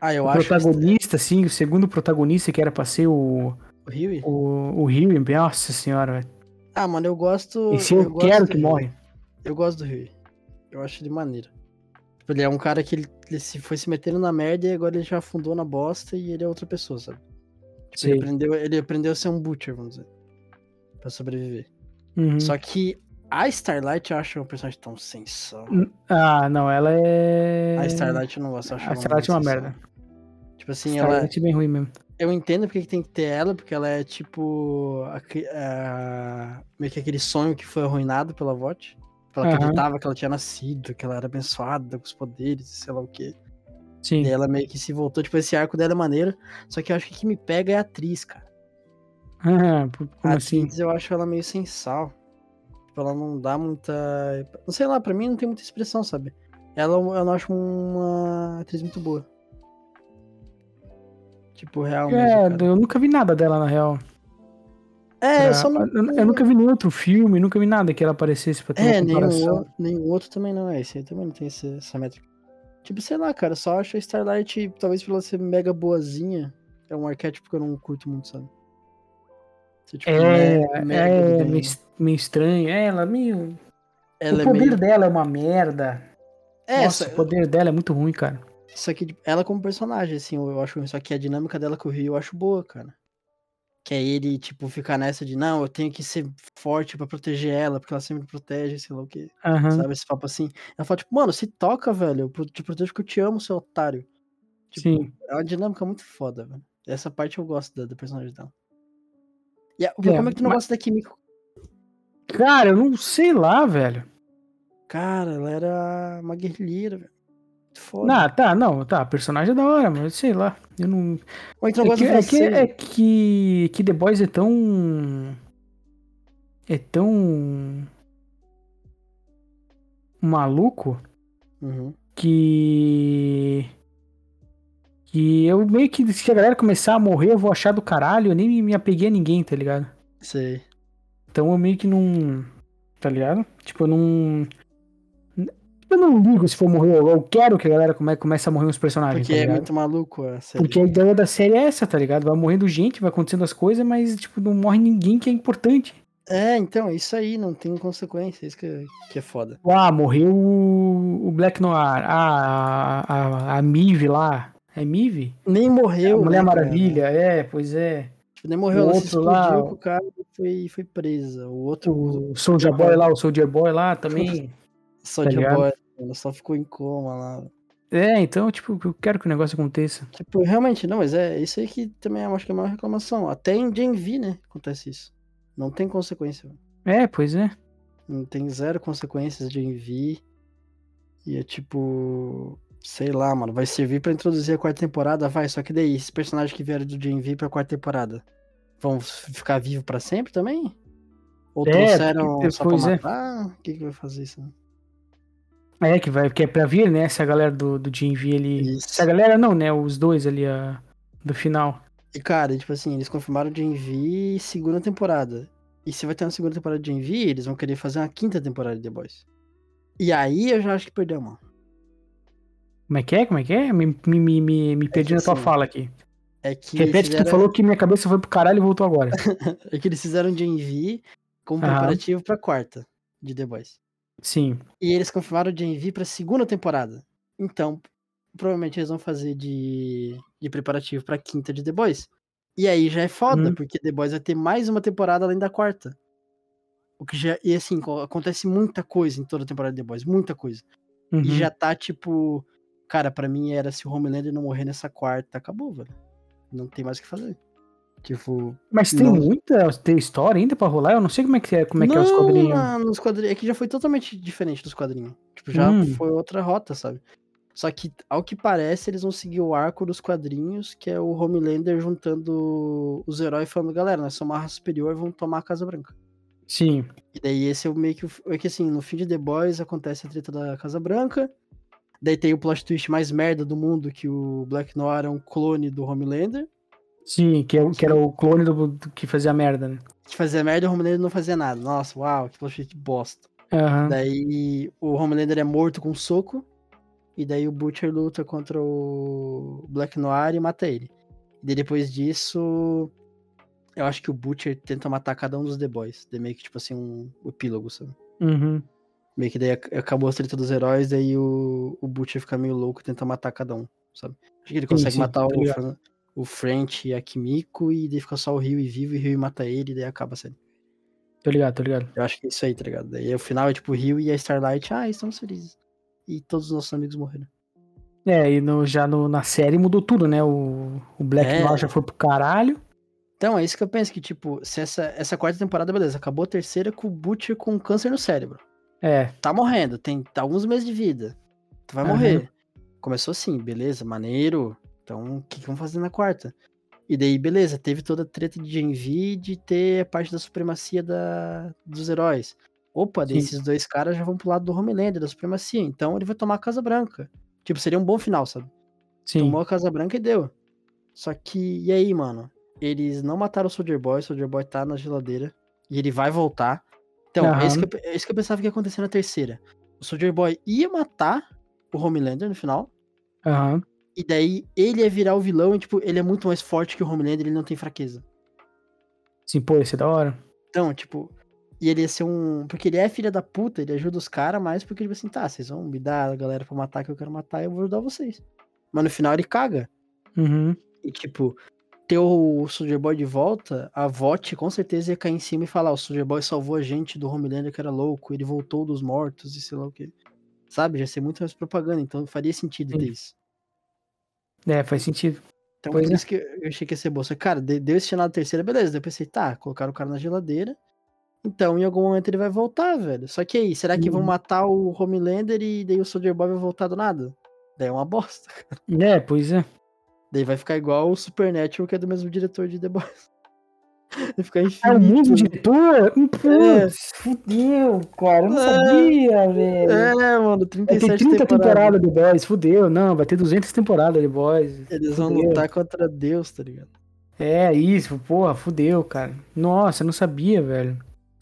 Ah, eu o acho protagonista, assim, o segundo protagonista que era pra ser o. tá o Huey. O, o Huey, nossa senhora, velho. Ah, mano, eu gosto. Esse eu, gosto quero do que Huey. morre. Eu gosto do Huey. Eu acho ele maneiro. Tipo, ele é um cara que ele, ele se foi se metendo na merda e agora ele já afundou na bosta e ele é outra pessoa, sabe? Tipo, ele Sei. aprendeu, ele aprendeu a ser um butcher, vamos dizer. Pra sobreviver. Uhum. Só que a Starlight eu acho um personagem tão sensacional. Ah, não, ela é. A Starlight eu não gosto, eu acho A ela Starlight é muito uma sensacional. merda. Tipo assim, ela, Starlight é bem ruim mesmo. eu entendo porque que tem que ter ela, porque ela é tipo. aque- a- meio que aquele sonho que foi arruinado pela VOT. Que ela Aham. acreditava que ela tinha nascido, que ela era abençoada com os poderes, sei lá o quê. Sim. E ela meio que se voltou, tipo, esse arco dela é maneiro. Só que eu acho que o que me pega é a atriz, cara. Ah, é por- como a assim? atriz eu acho ela meio sem sal. Tipo, ela não dá muita. Não sei lá, pra mim não tem muita expressão, sabe? Ela eu não acho uma atriz muito boa. Tipo, real mesmo. É, cara. eu nunca vi nada dela, na real. É, Pra- eu só não. eu, eu nunca vi nenhum outro filme, nunca vi nada que ela aparecesse pra ter uma É, nenhum, comparação. o- nenhum outro também não é. Esse aí também não tem esse- essa métrica. Tipo, sei lá, cara, só acho a Starlight, talvez por ela ser mega boazinha, é um arquétipo que eu não curto muito, sabe? Você, tipo, É, me- mega é, do bem. meio, es- meio estranho. É, Ela meio. né? ela o é poder meio. dela é uma merda. É, Nossa, só, o poder dela é muito ruim, cara. só que tipo, ela como personagem, assim, eu acho ruim. Só que a dinâmica dela com o Rio eu acho boa, cara. Que é ele, tipo, ficar nessa de, não, eu tenho que ser forte pra proteger ela, porque ela sempre me protege, sei lá o quê. Aham. Sabe, esse papo assim. Ela fala, tipo, mano, se toca, velho. Eu pro- te protejo que eu te amo, seu otário. Tipo, Sim. É uma dinâmica muito foda, velho. Essa parte eu gosto da, do personagem dela. E a- É, como é que tu não mas- gosta da Kimiko? Cara, eu não sei lá, velho. Cara, ela era uma guerrilheira, velho. Muito foda. Ah, tá, não, tá. Personagem é da hora, mas sei lá. Eu não. Como é que tu não é, que, gosta é, do que, francês? é que, que The Boys é tão. É tão. Maluco Uhum. que. Que eu meio que se a galera começar a morrer, eu vou achar do caralho. Eu nem me, me apeguei a ninguém, tá ligado? Sei. Então eu meio que não. Tá ligado? Tipo, eu não. Eu não ligo se for morrer. Eu eu quero que a galera come, comece a morrer uns personagens. Porque tá é ligado? muito maluco a série. Porque a ideia da série é essa, tá ligado? Vai morrendo gente, vai acontecendo as coisas, mas, tipo, não morre ninguém que é importante. É, então, isso aí não tem consequência. Isso que é, que é foda. Ah, morreu o, o Black Noir. Ah, a, a, a Mive lá. É Mive? Nem morreu. a Mulher né, cara? Maravilha, é, pois é. Tipo, nem morreu, O ela se outro explodiu lá, com o cara e foi, foi presa. O outro. O Soldier Boy lá, o Soldier Boy lá também. Só Tá de ligado? boy, ela só ficou em coma lá. É, então, tipo, eu quero que o negócio aconteça. Tipo, realmente, não, mas é isso aí que também eu acho que é a maior reclamação. Até em Gen V, né? Acontece isso. Não tem consequência. velho. É, pois é. Não tem zero consequências de Gen V. E é tipo. Sei lá, mano. Vai servir pra introduzir a quarta temporada, vai. Só que daí, esses personagens que vieram do Gen V pra quarta temporada vão f- ficar vivos pra sempre também? Ou É, trouxeram porque só pra depois é- matar? O que, que vai fazer isso? né? É, que vai, que é pra vir, né? Se a galera do, do Gen V ele. Isso. Se a galera não, né? Os dois ali a, do final. E cara, tipo assim, eles confirmaram o Gen V segunda temporada. E se vai ter uma segunda temporada de Gen V, eles vão querer fazer uma quinta temporada de The Boys. E aí eu já acho que perdeu, mano. Como é que é? Como é que é? Me, me, me, me, me perdi que na tua assim, fala aqui. É que Repete que tu fizeram- falou que minha cabeça foi pro caralho e voltou agora. É que eles fizeram Gen V como Aham. preparativo pra quarta de The Boys. Sim. E eles confirmaram o Gen V pra segunda temporada. Então, provavelmente eles vão fazer de, de preparativo pra quinta de The Boys. E aí já é foda, Hum. porque The Boys vai ter mais uma temporada além da quarta. O que já. E assim, co- acontece muita coisa em toda a temporada de The Boys, muita coisa. Uhum. E já tá tipo. Cara, pra mim era se o Homelander não morrer nessa quarta, acabou, velho. Não tem mais o que fazer. Tipo, Mas tem Não. muita tem história ainda pra rolar? Eu não sei como é que é, como é, que é os Não, quadrinhos. na- nos quadrinhos. É que já foi totalmente diferente dos quadrinhos. Tipo, já Hum. foi outra rota, sabe? Só que, ao que parece, eles vão seguir o arco dos quadrinhos, que é o Homelander juntando os heróis e falando, galera, nós somos uma raça superior, vamos tomar a Casa Branca. Sim. E daí esse é o meio que... o- É que assim, no fim de The Boys acontece a treta da Casa Branca, daí tem o plot twist mais merda do mundo, que o Black Noir é um clone do Homelander, Sim, que, é, o- que era o clone do, do que fazia merda, né? que fazia merda e o Homelander não fazia nada. Nossa, uau, que plot twist bosta. Aham. Daí o Homelander é morto com um soco. E daí o Butcher luta contra o Black Noir e mata ele. E daí depois disso. Eu acho que o Butcher tenta matar cada um dos The Boys. Daí meio que tipo assim, um epílogo, sabe? Uhum. Meio que daí ac- acabou a treta dos heróis, daí o, o Butcher fica meio louco e tenta matar cada um, sabe? Acho que ele consegue sim, matar tô o, ligado. Fran- o French e a Kimiko, e daí fica só o Rio e vivo, e o Rio mata ele, e daí acaba a série. Tô ligado, tô ligado. Eu acho que é isso aí, tá ligado? Daí o final é tipo o Rio e a Starlight, ah, estamos felizes. E todos os nossos amigos morreram. É, e no- já no- na série mudou tudo, né? O, o Black É. Noir já foi pro caralho. Então, é isso que eu penso, que tipo, se essa, essa quarta temporada, beleza, acabou a terceira com o Butcher com câncer no cérebro. É, Tá morrendo, tem tá alguns meses de vida. Tu vai Aham. morrer. Começou assim, beleza, maneiro. Então, o que, que vamos fazer na quarta? E daí, beleza, teve toda a treta de Gen V de ter a parte da supremacia da, dos heróis. Opa, daí Sim. esses dois caras já vão pro lado do Homelander, da supremacia. Então ele vai tomar a Casa Branca. Tipo, seria um bom final, sabe? sim. Tomou a Casa Branca e deu. Só que, e aí, mano? Eles não mataram o Soldier Boy, o Soldier Boy tá na geladeira. E ele vai voltar. Então, é, isso Aham. que eu, é isso que eu pensava que ia acontecer na terceira. O Soldier Boy ia matar o Homelander no final. Aham. E daí ele ia virar o vilão e, tipo, ele é muito mais forte que o Homelander, ele não tem fraqueza. Sim, pô, ia ser da hora. Então, tipo. E ele ia ser um. Porque ele é filha da puta, ele ajuda os caras, mas porque, tipo assim, tá, vocês vão me dar a galera pra matar que eu quero matar eu vou ajudar vocês. Mas no final ele caga. Uhum. E, tipo, ter o Soldier Boy de volta, a VOT com certeza ia cair em cima e falar: o Soldier Boy salvou a gente do Homelander que era louco, ele voltou dos mortos e sei lá o que. Sabe? Já ia ser muito mais propaganda, então faria sentido ter isso. É, faz sentido. Então, Pois por é. isso que eu achei que ia ser boa. Só que, cara, de- deu esse final da terceira, beleza. Daí eu pensei, tá, colocaram o cara na geladeira. Então, em algum momento ele vai voltar, velho. Só que aí, será que vão Uhum. matar o Homelander e daí o Soldier Boy vai voltar do nada? Daí é uma bosta. É, pois é. Daí vai ficar igual o Supernatural, que é do mesmo diretor de The Boys. Vai ficar É o infinito. mesmo diretor? Hum, É. Putz, fudeu, cara. Eu não É. sabia, velho. É, mano, Vai 37 ter 30 temporadas. temporadas de Boys, fudeu. Não, vai ter 200 temporadas de Boys. Eles vão Fudeu. lutar contra Deus, tá ligado? É isso, porra, fudeu, cara. Nossa, eu não sabia, velho.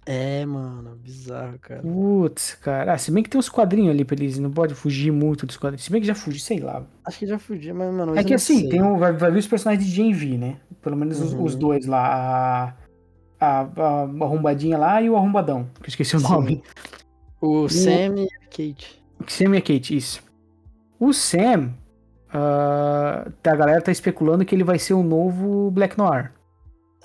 É, mano, bizarro, cara. Putz, cara. Ah, se bem que tem uns quadrinhos ali pra eles, não pode fugir muito dos quadrinhos. Se bem que já fugi, sei lá. Acho que já fugi, mas, mano. é mas eu que não assim, sei. tem um, vai, vai ver os personagens de Gen V, né? Pelo menos os, Uhum. os dois lá. A, a, a arrombadinha lá e o arrombadão, que eu esqueci o Sim. nome. O Sam e a Kate. Sam e a Kate, isso. O Sam, ah, tá- a galera tá especulando que ele vai ser o novo Black Noir.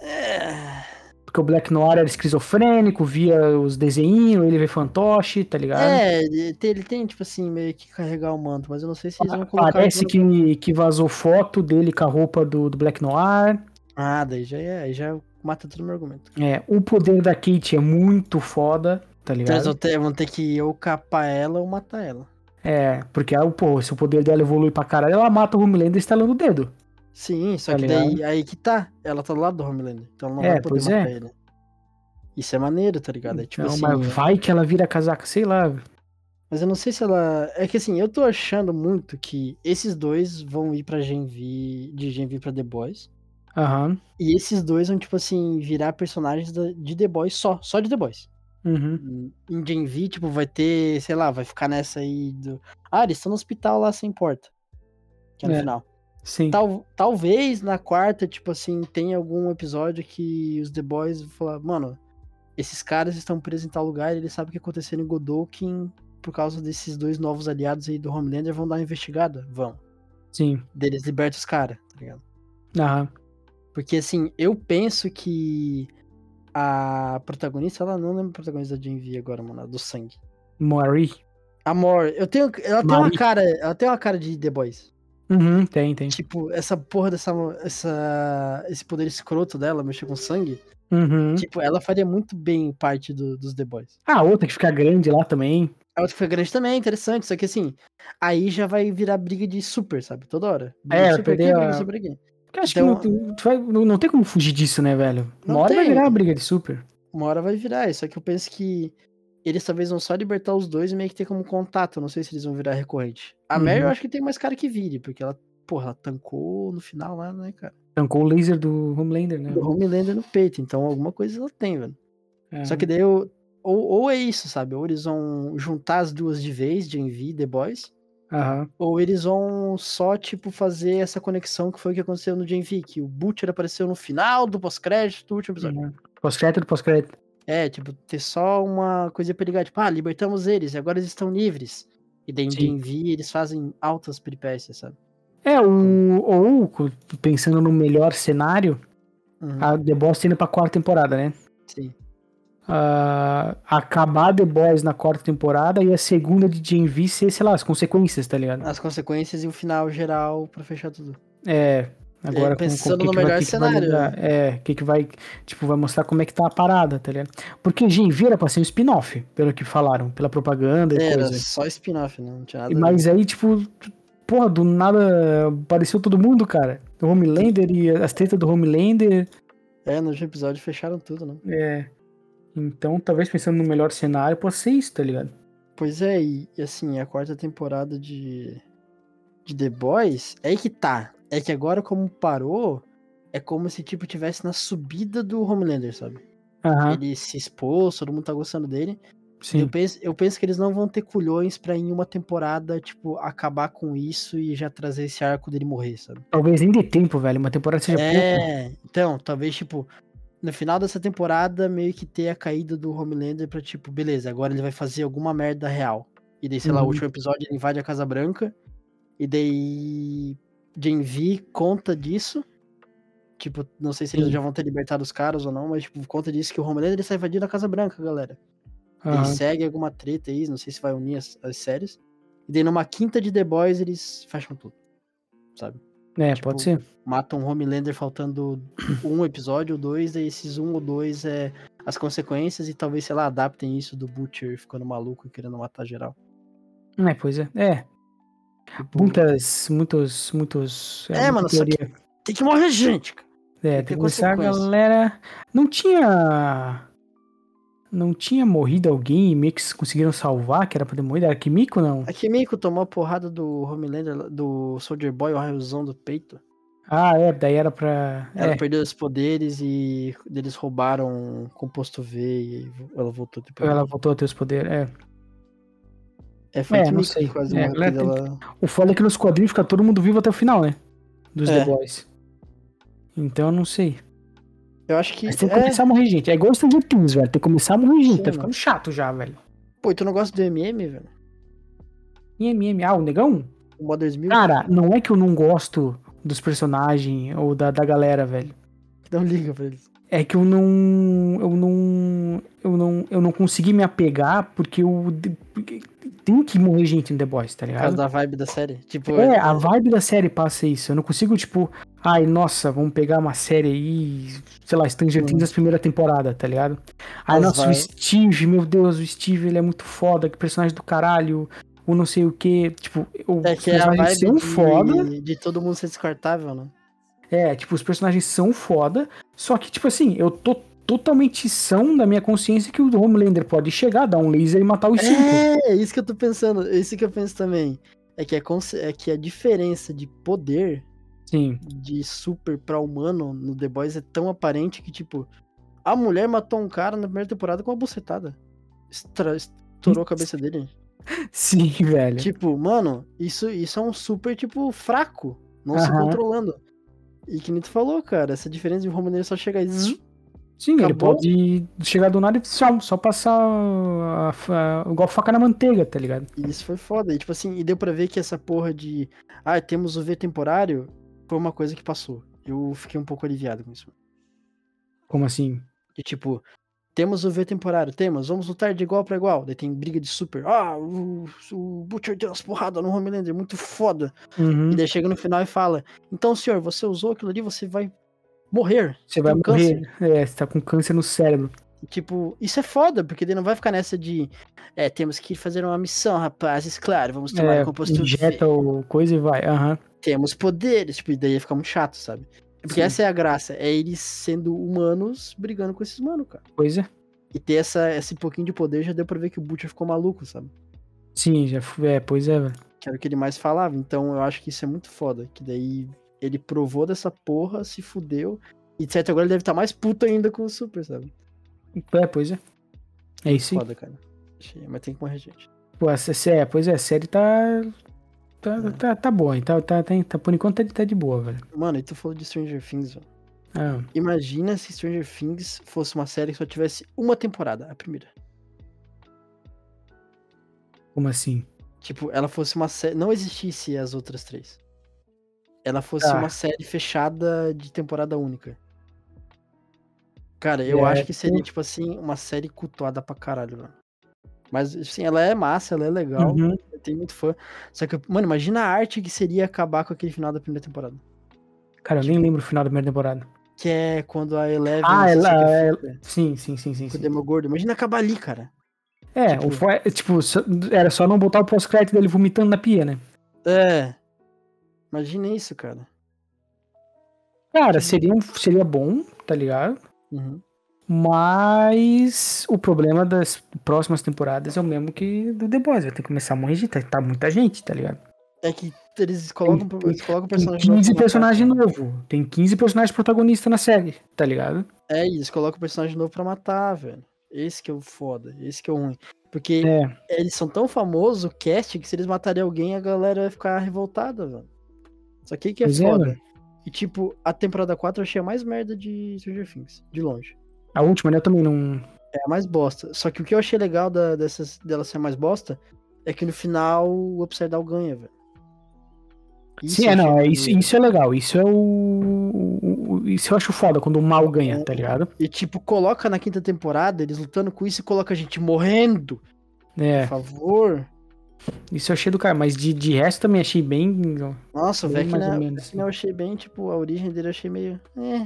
É, Porque o Black Noir era esquizofrênico, via os desenhos, ele vê fantoche, tá ligado? é ele, tem, ele tem, tipo assim, meio que carregar o manto, mas eu não sei se eles vão colocar. Ah, Parece alguma- que, que vazou foto dele com a roupa do, do Black Noir. Ah, daí já, é, aí já mata todo o meu argumento. É, o poder da Kate é muito foda, tá Então eles ligado? vão ter, vão ter que ou capar ela ou matar ela. É, porque ela, pô, se o poder dela evolui pra caralho, ela mata o Homelander estalando o dedo. Sim, só Tá que daí aí que tá. Ela tá do lado do Homelander. Então ela não É, vai poder pois é. matar ele. Isso é maneiro, tá ligado? É tipo Não, assim. mas vai que ela vira casaca, sei lá. Mas eu não sei se ela. É que assim, eu tô achando muito que esses dois vão ir pra Gen V. De Gen V pra The Boys. Aham. E esses dois vão, tipo assim, virar personagens da- de The Boys só. Só de The Boys. Uhum. Em Gen V, tipo, vai ter, sei lá, vai ficar nessa aí do. Ah, eles estão no hospital lá sem porta. Que é no É. final. Sim. Tal- talvez na quarta, tipo assim, tem algum episódio que os The Boys vão falar, mano, esses caras estão presos em tal lugar e eles sabem o que aconteceu em Godolkin por causa desses dois novos aliados aí do Homelander, vão dar uma investigada? Vão. Sim. Daí Eles libertam os caras, tá ligado? Aham. Porque assim, eu penso que a protagonista, ela não lembra a protagonista da Gen V agora, mano, a do sangue. Mori. Amor, eu tenho, ela tem uma Marie. cara, ela tem uma cara de The Boys. Uhum, tem, tem. Tipo, essa porra dessa. Essa, esse poder escroto dela, mexer com sangue. Uhum. Tipo, ela faria muito bem parte do- dos The Boys. Ah, outra que fica grande lá também. A outra que foi grande também, é interessante, só que assim. Aí já vai virar briga de super, sabe? Toda hora. Briga É, de super perder aqui, briga a- de super aqui. Porque acho Então- que não tem, tu vai- não, não tem como fugir disso, né, velho? Não Uma hora vai tem. virar uma briga de super. Uma hora vai virar, só que eu penso que. Eles talvez vão só libertar os dois e meio que ter como contato. Não sei se eles vão virar recorrente. A Mary eu Uhum. acho que tem mais cara que vire, porque ela, porra, ela tancou no final lá, né, cara? Tancou o laser do Homelander, né? O Homelander no peito, então alguma coisa ela tem, velho. É. Só que daí eu. Ou, ou é isso, sabe? Ou eles vão juntar as duas de vez, Gen V e The Boys. Aham. Ou eles vão só, tipo, fazer essa conexão que foi o que aconteceu no Gen V, que o Butcher apareceu no final do pós-crédito do último episódio. Uhum. Pós-crédito, pós-crédito. É, tipo, ter só uma coisa pra ligar, tipo, ah, libertamos eles, e agora eles estão livres. E daí em Sim. Gen V eles fazem altas peripécias, sabe? É, o, ou, co- pensando no melhor cenário, Uhum, a The Boss tá indo pra quarta temporada, né? Sim. Ah, acabar The Boys na quarta temporada e a segunda de Gen V ser, sei lá, as consequências, tá ligado? As consequências e o final geral pra fechar tudo. É. Agora, com- pensando com, o no que que vai- melhor que que vai cenário, né? mudar. é, o que, que vai. Tipo, vai mostrar como é que tá a parada, tá ligado? Porque Gen V era pra ser um spin-off, pelo que falaram, pela propaganda e Era coisa. só spin-off, né? Não tinha nada. a ver. Mas aí, tipo, porra, do nada apareceu todo mundo, cara. O Homelander e as tretas do Homelander. É, no último episódio fecharam tudo, né? É. Então, talvez pensando no melhor cenário, possa ser isso, tá ligado? Pois é, e e assim, a quarta temporada de, de The Boys é aí que tá. É que agora, como parou, é como se, tipo, tivesse na subida do Homelander, sabe? Aham, Ele se expôs, todo mundo tá gostando dele. Eu Ah. sim. penso, eu penso que eles não vão ter culhões pra em uma temporada, tipo, acabar com isso e já trazer esse arco dele morrer, sabe? Talvez nem dê tempo, velho. Uma temporada seja pouco. É, então, talvez, tipo, no final dessa temporada, meio que ter a caída do Homelander pra, tipo, beleza, agora ele vai fazer alguma merda real. E daí, sei lá, o Uhum. último episódio ele invade a Casa Branca. E daí. Gen V conta disso. Tipo, não sei se eles Sim. já vão ter libertado os caras ou não, mas, tipo, conta disso que o Homelander ele está invadindo a Casa Branca, galera. Aham. Ele segue alguma treta aí, não sei se vai unir as, as séries. E daí, numa quinta de The Boys, eles fecham tudo. É, tipo, pode ser. matam um Homelander faltando um episódio ou dois, daí esses um ou dois é as consequências e talvez, sei lá, adaptem isso do Butcher ficando maluco e querendo matar geral. É, pois é. É. Tipo, Muitas, muitos, muitos. É, muita mano, só que teoria. Tem que morrer gente, cara. É, tem tem que começar a consequência. galera. Não tinha. Não tinha morrido alguém e meio que conseguiram salvar, que era pra ter morrido? Era Kimiko, não? A Kimiko tomou a porrada do Homelander, lá- do Soldier Boy, o raiozão do peito. Ah, é, daí era pra. Ela é, perdeu os poderes e eles roubaram o composto V e ela voltou depois. ela voltou a ter os poderes. É. É, foi É, a não Kimiko sei. que quase É, morreu. ela porque ela- O foda é que nos quadrinhos fica todo mundo vivo até o final, né? Dos É. The Boys. Então eu não sei. Eu acho que... Mas tem que é, começar a morrer gente. É igual Stranger Things, velho. Tem que começar a morrer gente. Sim, Tá mano. ficando chato já, velho. Pô, e tu não gosta do MM, velho? E MM, ah, o negão? O Mother's Milk? Cara, não é que eu não gosto dos personagens ou da, da galera, velho. Não liga pra eles. É que eu não. Eu não. Eu não. Eu não consegui me apegar porque eu. porque Tem que morrer gente no The Boys, tá Por ligado? causa da vibe da série. Tipo, É, a vibe da série passa isso. Eu não consigo, tipo, ai, nossa, vamos pegar uma série aí, sei lá, Stranger Things as primeira temporada, tá ligado? Ai, Hum. As nossa, o vai- Steve, meu Deus, o Steve, ele é muito foda, que personagem do caralho. o não sei o que. Tipo, o, É os que é a personagens vibe são de, foda. de todo mundo ser descartável, né? É, tipo, os personagens são foda. Só que, tipo assim, eu tô totalmente são da minha consciência que o Homelander pode chegar, dar um laser e matar os cinco. É, é isso que eu tô pensando. Isso que eu penso também. É que, a cons- é que a diferença de poder Sim. de super pra humano no The Boys é tão aparente que, tipo, a mulher matou um cara na primeira temporada com uma bucetada. Estra- Estourou a cabeça dele. Sim, velho. Tipo, mano, isso, isso é um super, tipo, fraco. Não se Aham. controlando. E que nem tu falou, cara, essa diferença de um Romaneiro só chegar e... zzz, Sim, ele acabou. pode chegar do nada e só, só passar a, a- igual faca na manteiga, tá ligado? E isso foi foda. E tipo assim, e deu pra ver que essa porra de. Ah, temos o V temporário. Foi uma coisa que passou. Eu fiquei um pouco aliviado com isso. Como assim? E tipo, temos o V temporário, temos, vamos lutar de igual pra igual. Daí tem briga de super. Ah, o, o Butcher deu umas porradas no Homelander, muito foda. Uhum. E daí chega no final e fala: Então, senhor, você usou aquilo ali, você vai morrer. Você vai com morrer. É, você tá com câncer no cérebro. Tipo, isso é foda, porque daí não vai ficar nessa de. É, temos que fazer uma missão, rapazes, claro, vamos tomar É, a compostura. injeta o coisa e vai. Aham. temos poderes, tipo, e daí ia ficar muito chato, sabe? Porque Sim. essa é a graça, é eles sendo humanos brigando com esses manos, cara. Pois é. E ter essa, esse pouquinho de poder já deu pra ver que o Butcher ficou maluco, sabe? Sim, já fu- é, pois é, velho. Que era o que ele mais falava, então eu acho que isso é muito foda, que daí ele provou dessa porra, se fudeu, e de certo agora ele deve estar mais puto ainda com o Super, sabe? É, pois é. É isso aí. Foda, cara. Achei, Mas tem que morrer, gente. Pô, essa, essa- é, pois é, a série tá. Tá, É. tá, tá boa, então tá, tá, tá- por enquanto tá, tá de boa, velho. Mano, e tu falou de Stranger Things, velho. Ah, Imagina se Stranger Things fosse uma série que só tivesse uma temporada, a primeira. como assim? Tipo, ela fosse uma série. Não existisse as outras três. Ela fosse Tá. uma série fechada de temporada única. Cara, eu É, acho que seria, tipo assim, uma série cultuada pra caralho, mano. Mas, assim, ela é massa, ela é legal, Uhum. tem muito fã. Só que, mano, imagina a arte que seria acabar com aquele final da primeira temporada. Cara, eu Tipo nem lembro o final da primeira temporada. Que é quando a Eleven Ah, se ela- sacrifica Sim, sim, sim, sim. com o sim. Demogorgon. Imagina acabar ali, cara. É, Tipo- o fo- é, tipo, só- era só não botar o pós-crédito dele vomitando na pia, né? É. Imagina isso, cara. Cara, seria, um- seria bom, tá ligado? Uhum. Mas o problema das próximas temporadas é o mesmo que do The Boys. Vai ter que começar a morrer de tá, tá muita gente, tá ligado? É que eles colocam, pro- eles colocam Tem personagem novo 15 pra matar, personagens cara. novos. Tem 15 personagens protagonistas na série, tá ligado? É, e eles colocam o personagem novo pra matar, velho. Esse que é o foda, esse que é o ruim. Porque É. eles são tão famosos, o cast, que se eles matarem alguém, a galera vai ficar revoltada, velho. Só que aí que é Pois é, foda. velho. e tipo, a temporada 4 eu achei a mais merda de Stranger Things, de longe. A última, né? Eu também não. É a mais bosta. Só que o que eu achei legal da, dessas, dela ser a mais bosta é que no final o Upside Down ganha, velho. Isso Sim, eu é, não. achei É, isso, maneiro. isso é legal. Isso é o, o- o- Isso eu acho foda quando o mal ganha, tá ligado? E tipo, coloca na quinta temporada eles lutando com isso e coloca a gente morrendo, por É. favor. Isso eu achei do cara. Mas de, de resto também achei bem. Nossa, o Bem mais ou Vecna, menos, assim. Vecna eu achei bem, tipo, a origem dele eu achei meio. É.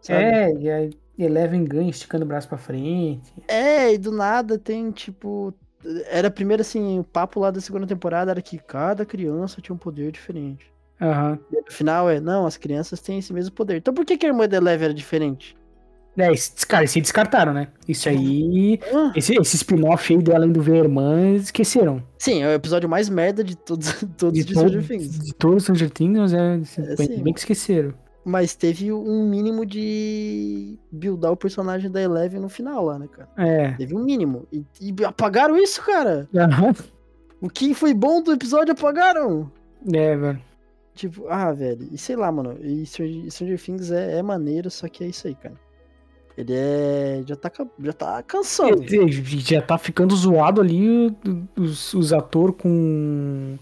Sabe? É, e aí Eleven ganha esticando o braço pra frente. É, e do nada tem, tipo. Era primeiro assim, o papo lá da segunda temporada era que cada criança tinha um poder diferente. Aham. E no final é, não, as crianças têm esse mesmo poder. Então por que, que a irmã da Eleven era diferente? É, esse- cara, se descartaram, né? Isso aí. Hã? Esse, esse spin-off aí do Além do Ver Irmã, esqueceram. Sim, é o episódio mais merda de todos, todos De, de todo, Stranger Things. de todos os Stranger Things, mas é, sim. bem que esqueceram. Mas teve um mínimo de buildar o personagem da Eleven no final lá, né, cara? É. Teve um mínimo. E- e apagaram isso, cara! Aham. O que foi bom do episódio apagaram. É, velho. Tipo, ah, velho. E sei lá, mano. E Stranger, Stranger Things é, é maneiro, só que é isso aí, cara. Ele é. Já tá, ca- já tá cansando. E- e- Já tá ficando zoado ali os, os atores com.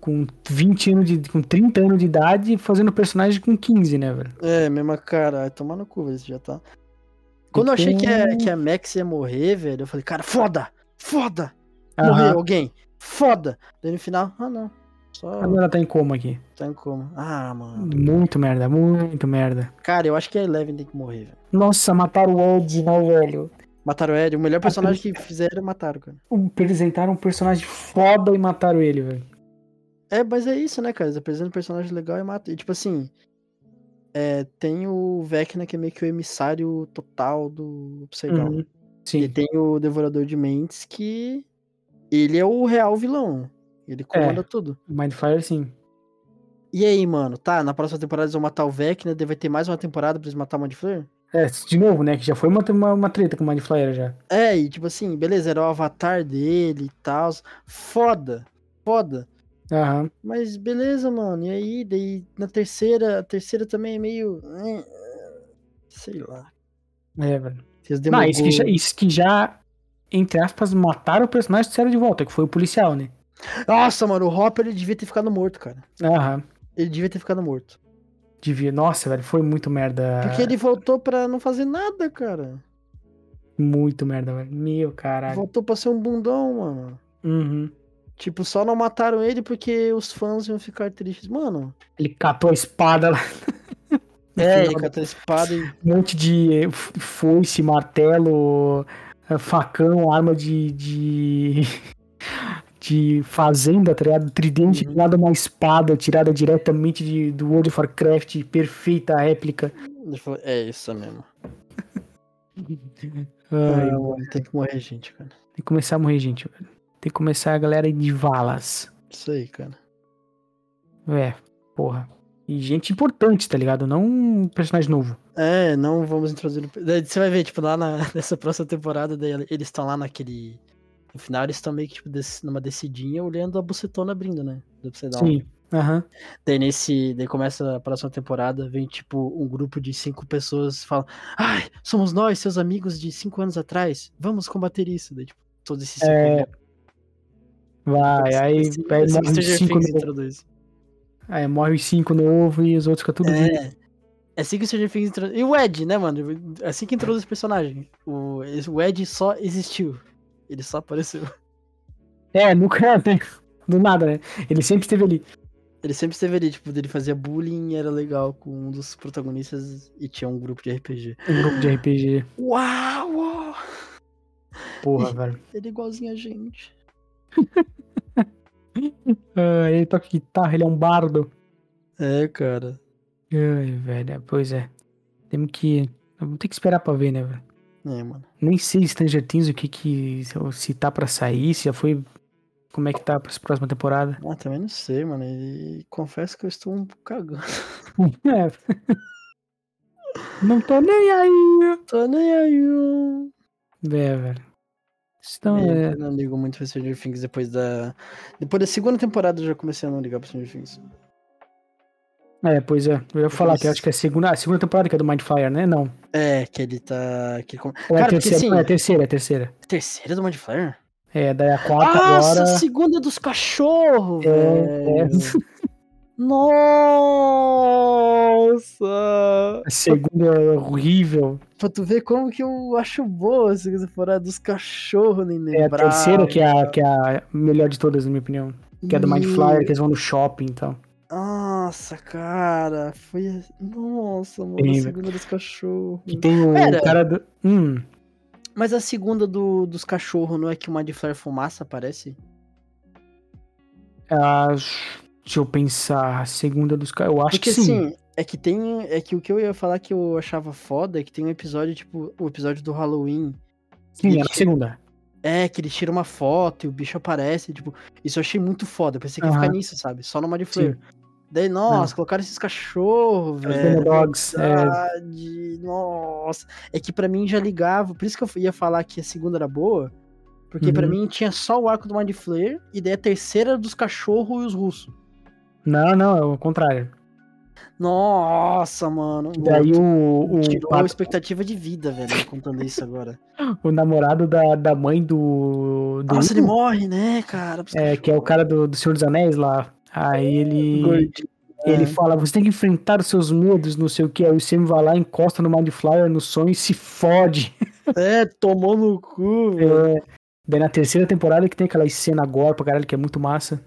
Com 20 anos de. com 30 anos de idade fazendo personagem com 15, né, velho? É, mesma cara. Ai, tomar no cu, velho. isso Já tá. Quando eu Então- achei que é a, que a Max ia morrer, velho, eu falei, cara, foda! Foda! Aham. Morreu alguém! Foda! Daí no final, ah, não. Só Agora tá em coma aqui. tá em coma. Ah, mano. Muito merda, muito merda. Cara, eu acho que a Eleven tem que morrer, velho. Nossa, mataram o Old de novo, velho. Mataram ele. O melhor personagem que fizeram, é mataram, cara. Apresentaram um personagem foda e mataram ele, velho. É, mas é isso, né, cara? Eles apresentam um personagem legal e matam. E, tipo assim, é, tem o Vecna, que é meio que o emissário total do Psygal. Uhum. E Sim. tem o Devorador de Mentes, que ele é o real vilão. Ele comanda É. tudo. Mindfire, sim. E aí, mano, tá? Na próxima temporada eles vão matar o Vecna, daí vai ter mais uma temporada pra eles matar o Mindflayer? É, de novo, né? Que já foi uma, uma, uma treta com o Mindflyer já. É, e tipo assim, beleza, era o avatar dele e tal. Foda, foda. Aham. Mas beleza, mano. E aí, daí na terceira, a terceira também é meio. eh, Sei lá. É, velho. Vocês Não, isso que, já, isso que já, entre aspas, mataram o personagem e trouxeram de volta, que foi o policial, né? Nossa, mano, o Hopper ele devia ter ficado morto, cara. Aham. Ele devia ter ficado morto. Devia. Nossa, velho, foi muito merda. Porque ele voltou pra não fazer nada, cara. Muito merda, velho. Meu caralho. Voltou pra ser um bundão, mano. Uhum. Tipo, só não mataram ele porque os fãs iam ficar tristes. Mano, Ele catou a espada lá. é, ele catou a espada e. Um monte de eh, f- foice, martelo, eh, facão, arma de. de... de fazenda, tá ligado? Tridente, Uhum. nada uma espada tirada diretamente de, do World of Warcraft, perfeita réplica. Ele falou, é isso mesmo. Ai, Ah, mano, tem que morrer, gente, cara. Tem que começar a morrer, gente, velho. Tem que começar a galera ir de valas. Isso aí, cara. É, porra. E gente importante, tá ligado? Não um personagem novo. É, não vamos introduzir. o- Daí Você vai ver, tipo, lá na, nessa próxima temporada, daí eles estão lá naquele. No final, eles estão meio que, tipo, des- numa descidinha, olhando a bucetona abrindo, né? Do Upside Down. Sim. Aham. Daí nesse. Daí começa a próxima temporada, vem, tipo, um grupo de cinco pessoas fala: Ai, somos nós, seus amigos de cinco anos atrás, vamos combater isso. Daí, tipo, todos esses cinco. É, Vai, Esse- aí, esse- aí esse né? morre os Stranger cinco Things novo. introduz. Aí morre os cinco novo e os outros ficam tudo vivo. É. É assim que o Stranger Things introduz. E o Ed, né, mano? É assim que introduz esse personagem. O, esse- o Ed só existiu. Ele só apareceu. É, nunca, né? Do nada, né? Ele sempre esteve ali. Ele sempre esteve ali, tipo, ele fazia bullying, era legal com um dos protagonistas e tinha um grupo de RPG. Um grupo de RPG. Uau! uau, Porra, velho. Ele é igualzinho a gente. Ah, ele toca guitarra, ele é um bardo. É, cara. Ai, velho, pois é. Temos que. Vamos ter que esperar pra ver, né, velho? É, mano. Nem sei Stranger Things o que que se tá pra sair, se já foi como é que tá pra essa próxima temporada. Ah, também não sei, mano. E confesso que eu estou um cagando. É. Não tô nem aí. Tô nem aí. ó. É, velho. Então, É, é, Eu não ligo muito pra Stranger Things depois da. Depois da segunda temporada eu já comecei a não ligar pra Stranger Things. é, pois é. Eu ia falar que eu acho que é a segunda, a segunda temporada que é do Mindfire, né? Não. É, que ele tá. Que ele come- Ou é Cara, a porque terceira, assim- não, é a terceira, é a terceira. Terceira do Mindflayer? É, daí a quarta Nossa, agora. segunda dos cachorros, É, é. velho. Nossa! A segunda é horrível. Pra tu ver como que eu acho boa essa temporada dos cachorros, nem É a lembrar. terceira que é a, que é a melhor de todas, na minha opinião. Que é do Mindflyer, que eles vão no shopping e tal. Nossa, cara. Foi. Nossa, mano. Sim, a segunda dos cachorros. E tem o Pera. cara do. Hum. Mas a segunda do, dos cachorros não é que o Mindflayer fumaça aparece? Acho- Deixa eu pensar. A segunda dos caras. Eu acho Porque que sim. assim, é que tem. É que o que eu ia falar que eu achava foda é que tem um episódio, tipo, o episódio do Halloween. Sim, ele é na tira- segunda. É, que ele tira uma foto e o bicho aparece, tipo, isso eu achei muito foda. Eu pensei que ia Aham. É. ficar nisso, sabe? Só no Modifier. Daí, nossa, colocaram esses cachorros, Os velho. Dogs. É, Verdade, Nossa. É que pra mim já ligava. Por isso que eu ia falar que a segunda era boa. Porque pra Uhum. mim tinha só o arco do Mind Flayer e daí a terceira dos cachorros e os russos. não, não, é o contrário. Nossa, mano. E daí o, o, Tirou a pat- expectativa de vida, velho, contando isso agora. o namorado da, da mãe do. do Nossa, ele Will, morre, né, cara? é, que é o cara do, do Senhor dos Anéis lá. Aí ele. Ele fala, você tem que enfrentar os seus medos, não sei o que. Aí o Sam vai lá, encosta no Mindflyer, no sonho e se fode. É, tomou no cu, velho. É. Daí na terceira temporada que tem aquela cena agora pra caralho que é muito massa.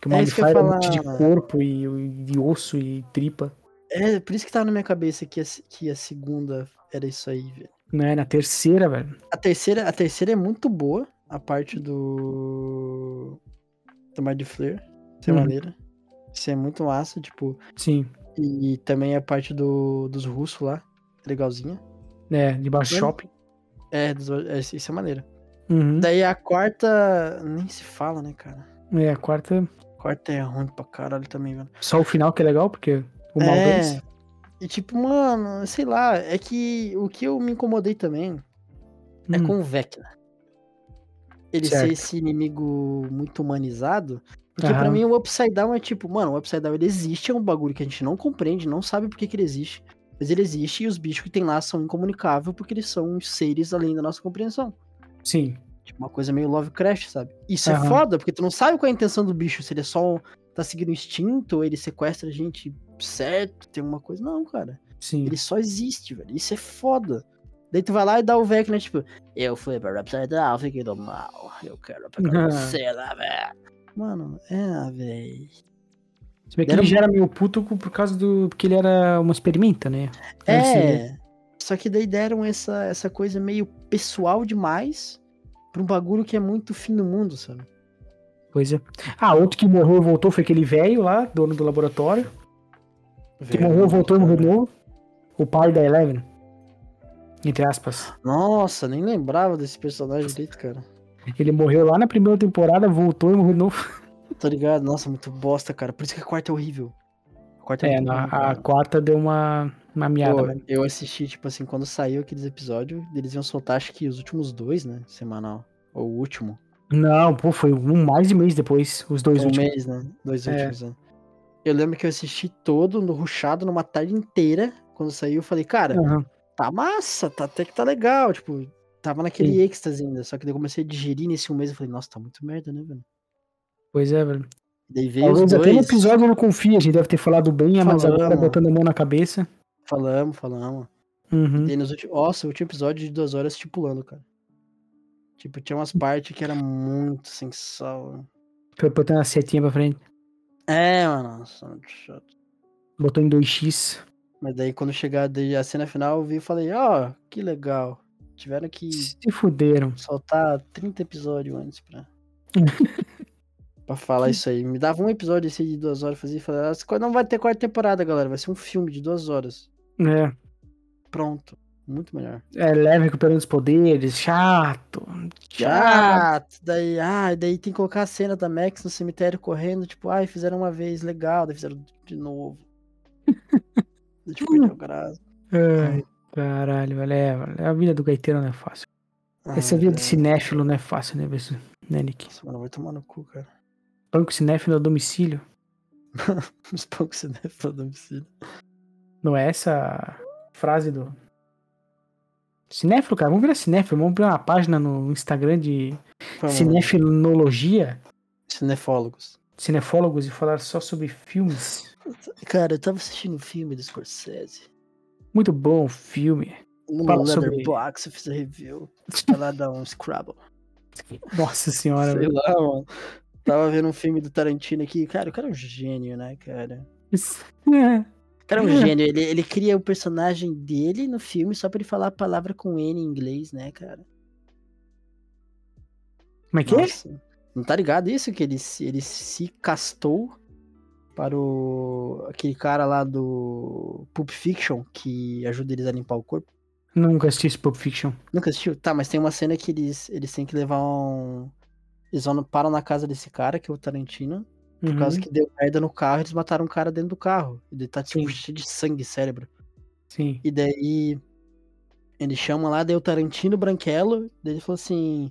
Que o É isso que eu ia Mindflyer é um monte de falar. corpo e de osso e tripa. tá É, por isso que tava na minha cabeça que a, se- que a segunda era isso aí, velho. Não, é na terceira, velho. A terceira, a terceira é muito boa, a parte do. do Mind Flare. Isso é Uhum. maneira. Isso é muito massa, tipo. Sim. E também a parte do, dos russos lá. Legalzinha. É, debaixo do Mas- shopping. É, dos, é, isso é maneira. Uhum. Daí a quarta. Nem se fala, né, cara? É, a quarta. A quarta é ruim pra caralho também, velho. Só o final que é legal, porque o mal é. deles. E tipo, mano, sei lá, é que o que eu me incomodei também é Hum, com o Vecna. Ele Certo. ser esse inimigo muito humanizado. Porque pra Aham. mim o Upside Down é tipo, mano, o Upside Down ele existe, é um bagulho que a gente não compreende, não sabe por que, que ele existe. Mas ele existe e os bichos que tem lá são incomunicáveis porque eles são seres além da nossa compreensão. Sim. Tipo, uma coisa meio Lovecraft, sabe? Isso Aham. é foda, porque tu não sabe qual é a intenção do bicho, se ele é só tá seguindo o instinto, ou ele sequestra a gente certo, tem alguma coisa. Não, cara. Sim. Ele só existe, velho. Isso é foda. Daí tu vai lá e dá o Vecna, tipo, eu fui para o Upside Down, fiquei do mal. Eu quero pegar você lá, velho. Mano, é, velho. Se bem que Era ele já um- era meio puto co- por causa do. Porque ele era uma experimenta, né? É. Assim, né? Só que daí deram essa, essa coisa meio pessoal demais pra um bagulho que é muito fim do mundo, sabe? Pois é. Ah, outro que morreu e voltou foi aquele velho lá, dono do laboratório. Que morreu, Tipo, um voltou e morreu de novo. O pai da Eleven. Entre aspas. Nossa, nem lembrava desse personagem direito, cara. Ele morreu lá na primeira temporada, voltou e morreu de novo. Tô Tá ligado? Nossa, muito bosta, cara. Por isso que a quarta é horrível. A quarta É, muito na- ruim, cara. a quarta deu uma, uma miada. Pô, né? eu assisti, tipo assim, quando saiu aqueles episódios, eles iam soltar, acho que os últimos dois, né? Semanal. Ou o último. Não, pô, foi um mais de mês depois, os dois um últimos. mês, né? Dois É. últimos, né? Eu lembro que eu assisti todo no ruchado, numa tarde inteira. Quando saiu, eu falei, cara, Aham. tá massa, tá até que tá legal. Tipo, tava naquele êxtase ainda. Só que daí eu comecei a digerir nesse um mês. Eu falei, nossa, tá muito merda, né, velho? Pois é, velho. Daí veio os Talvez até no dois. episódio eu não confia, a gente deve ter falado bem, mas agora tá Falamos. botando a mão na cabeça. Falamos, falamos. Uhum. Daí nos últimos. Nossa, o último episódio de duas horas estipulando, cara. Tipo, tinha umas partes que era muito sensual. né? Foi botando a setinha pra frente. É, mano, nossa, muito chato. Botou em 2x. Mas daí quando chegar daí a cena final, eu vi e falei, ó, que legal. Tiveram que Se fuderam. soltar 30 episódios antes pra. pra falar isso aí. Me dava um episódio esse de duas horas fazer e falei, "Essa coisa não vai ter quarta temporada, galera. Vai ser um filme de duas horas. É. Pronto. Muito melhor. É, leve recuperando os poderes, chato. Chato. Chato. Daí, ah, daí tem que colocar a cena da Max no cemitério correndo, tipo, ai, fizeram uma vez, legal, daí fizeram de novo. Daí, tipo, perdeu graça. Ai, caralho, velho. É, velho, a vida do gaiteiro não é fácil. Essa Ah, vida de é. cinéfilo não é fácil, né, Bessu? Né, Nick? Nossa, mano, vai tomar no cu, cara. Banco cinéfilo a domicílio. Os poucos você deve pra domicílio. Não é essa a frase do. Cinéfilo, cara, vamos virar cinéfilo, vamos abrir uma página no Instagram de Por favor, cinefilonologia, Cinefólogos. cinefólogos e falar só sobre filmes. Cara, eu tava assistindo um filme do Scorsese. Muito bom o filme. No Fala sobre- Letterboxd eu fiz a review. Vai lá dar um Scrabble. Nossa senhora, Sei velho. lá, mano. Tava vendo um filme do Tarantino aqui. Cara, o cara é um gênio, né, cara? Isso- é. O cara é um É. gênio. Ele, ele cria o personagem dele no filme só pra ele falar a palavra com N em inglês, né, cara? Como é que é? Nossa. Não tá ligado isso? Que ele, se- ele se castou para o. aquele cara lá do Pulp Fiction que ajuda eles a limpar o corpo. Nunca assisti esse Pulp Fiction. Nunca assistiu? Tá, mas tem uma cena que eles, eles têm que levar um. Eles vão, no- param na casa desse cara, que é o Tarantino. Por Uhum. causa que deu merda no carro, eles mataram um cara dentro do carro. Ele tá tipo Sim. cheio de sangue, cérebro. Sim. E daí eles chamam lá, daí o Tarantino Branquelo, daí ele falou assim: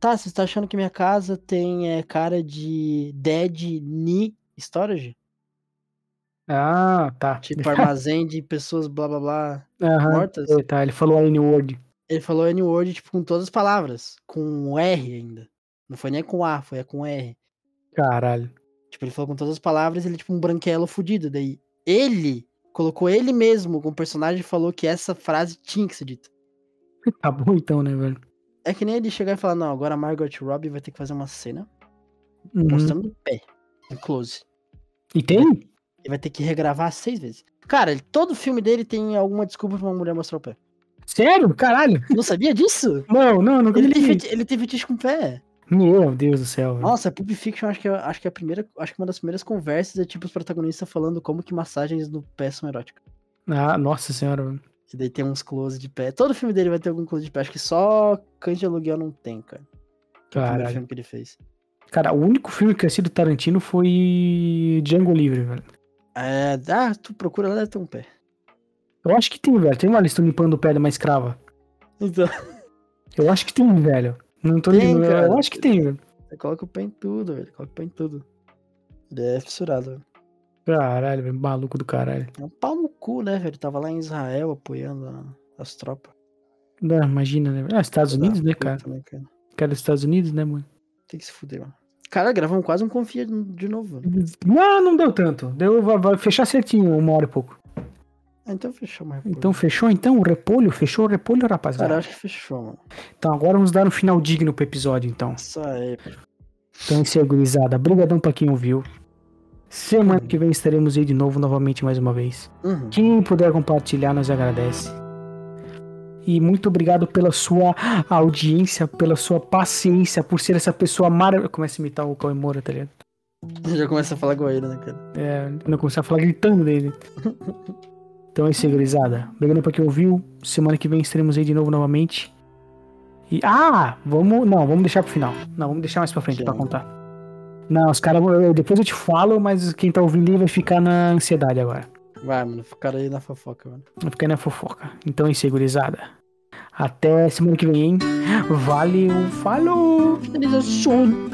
Tá, você tá achando que minha casa tem eh, cara de Dead Ni Storage? Ah, tá. Tipo, armazém de pessoas blá blá blá Aham. mortas. É, Tá, ele falou a N-word. Ele falou N-word, tipo, com todas as palavras, com um R ainda. Não foi nem com A, foi com R. Caralho. Tipo, ele falou com todas as palavras, ele, tipo, um branquelo fudido. Daí ele colocou ele mesmo com o personagem e falou que essa frase tinha que ser dita. Tá bom então, né, velho? É que nem ele chegar e falar, não, agora a Margot Robbie vai ter que fazer uma cena Uhum. mostrando o pé, em close. E tem? Ele vai ter que regravar seis vezes. Cara, ele- todo filme dele tem alguma desculpa pra uma mulher mostrar o pé. Sério? Caralho. Não sabia disso? Não, não, nunca Ele, vi. tem feti- ele tem fetiche com o pé. Meu Deus do céu. velho. Nossa, Pulp Fiction, acho que, é- acho que é a primeira. Acho que uma das primeiras conversas é tipo os protagonistas falando como que massagens no pé são eróticas. Ah, nossa senhora. velho. E daí tem uns close de pé. Todo filme dele vai ter algum close de pé. Acho que só Cães de Aluguel não tem, cara. Que é o primeiro Caralho. filme que ele fez. Cara, o único filme que eu assisti do Tarantino foi Django Livre, velho. É, ah, tu procura lá, deve ter um pé. Eu acho que tem, velho. Tem uma lista limpando o pé de uma escrava. Então, Eu acho que tem, velho. Não tô Tem, lembrando. Eu cara. acho que tem, velho. ele coloca o pé em tudo, velho. Coloca o pé em tudo. Ele é fissurado, velho. Caralho, velho. Maluco do caralho. É um pau no cu, né, velho? Tava lá em Israel apoiando a- as tropas. Não, imagina, né? velho? Ah, Estados Tá, Unidos, né, cara? Também, cara. Cara dos Estados Unidos, né, mano? Tem que se fuder, mano. Cara, gravamos quase um confia de novo. velho. Não, não deu tanto. Deu, vai, vai fechar certinho, uma hora e pouco. Ah, então fechou, mas. Então fechou, então, o repolho? Fechou o repolho, Cara, rapaziada? acho que fechou, mano. Então agora vamos dar um final digno pro episódio, então. Isso aí. Então é isso aí, gurizada. Obrigadão pra quem ouviu. Semana que vem estaremos aí de novo, novamente, mais uma vez. Uhum. Quem puder compartilhar, nós agradece. E muito obrigado pela sua audiência, pela sua paciência, por ser essa pessoa maravilhosa. Começa a imitar o Cauê Moura, tá ligado? Já começa a falar com ele, né, cara? É, não começar a falar gritando dele. Então é isso aí, gurizada. Obrigado pra quem ouviu. Semana que vem estaremos aí de novo novamente. E. Ah! Vamos. Não, vamos deixar pro final. Não, vamos deixar mais pra frente Sim. pra contar. Não, os caras. eu- eu- Depois eu te falo, mas quem tá ouvindo aí vai ficar na ansiedade agora. Vai, mano, ficaram aí na fofoca, mano. Vai ficar na fofoca. Então é isso aí, gurizada. Até semana que vem, hein? Valeu, falou! Finalização.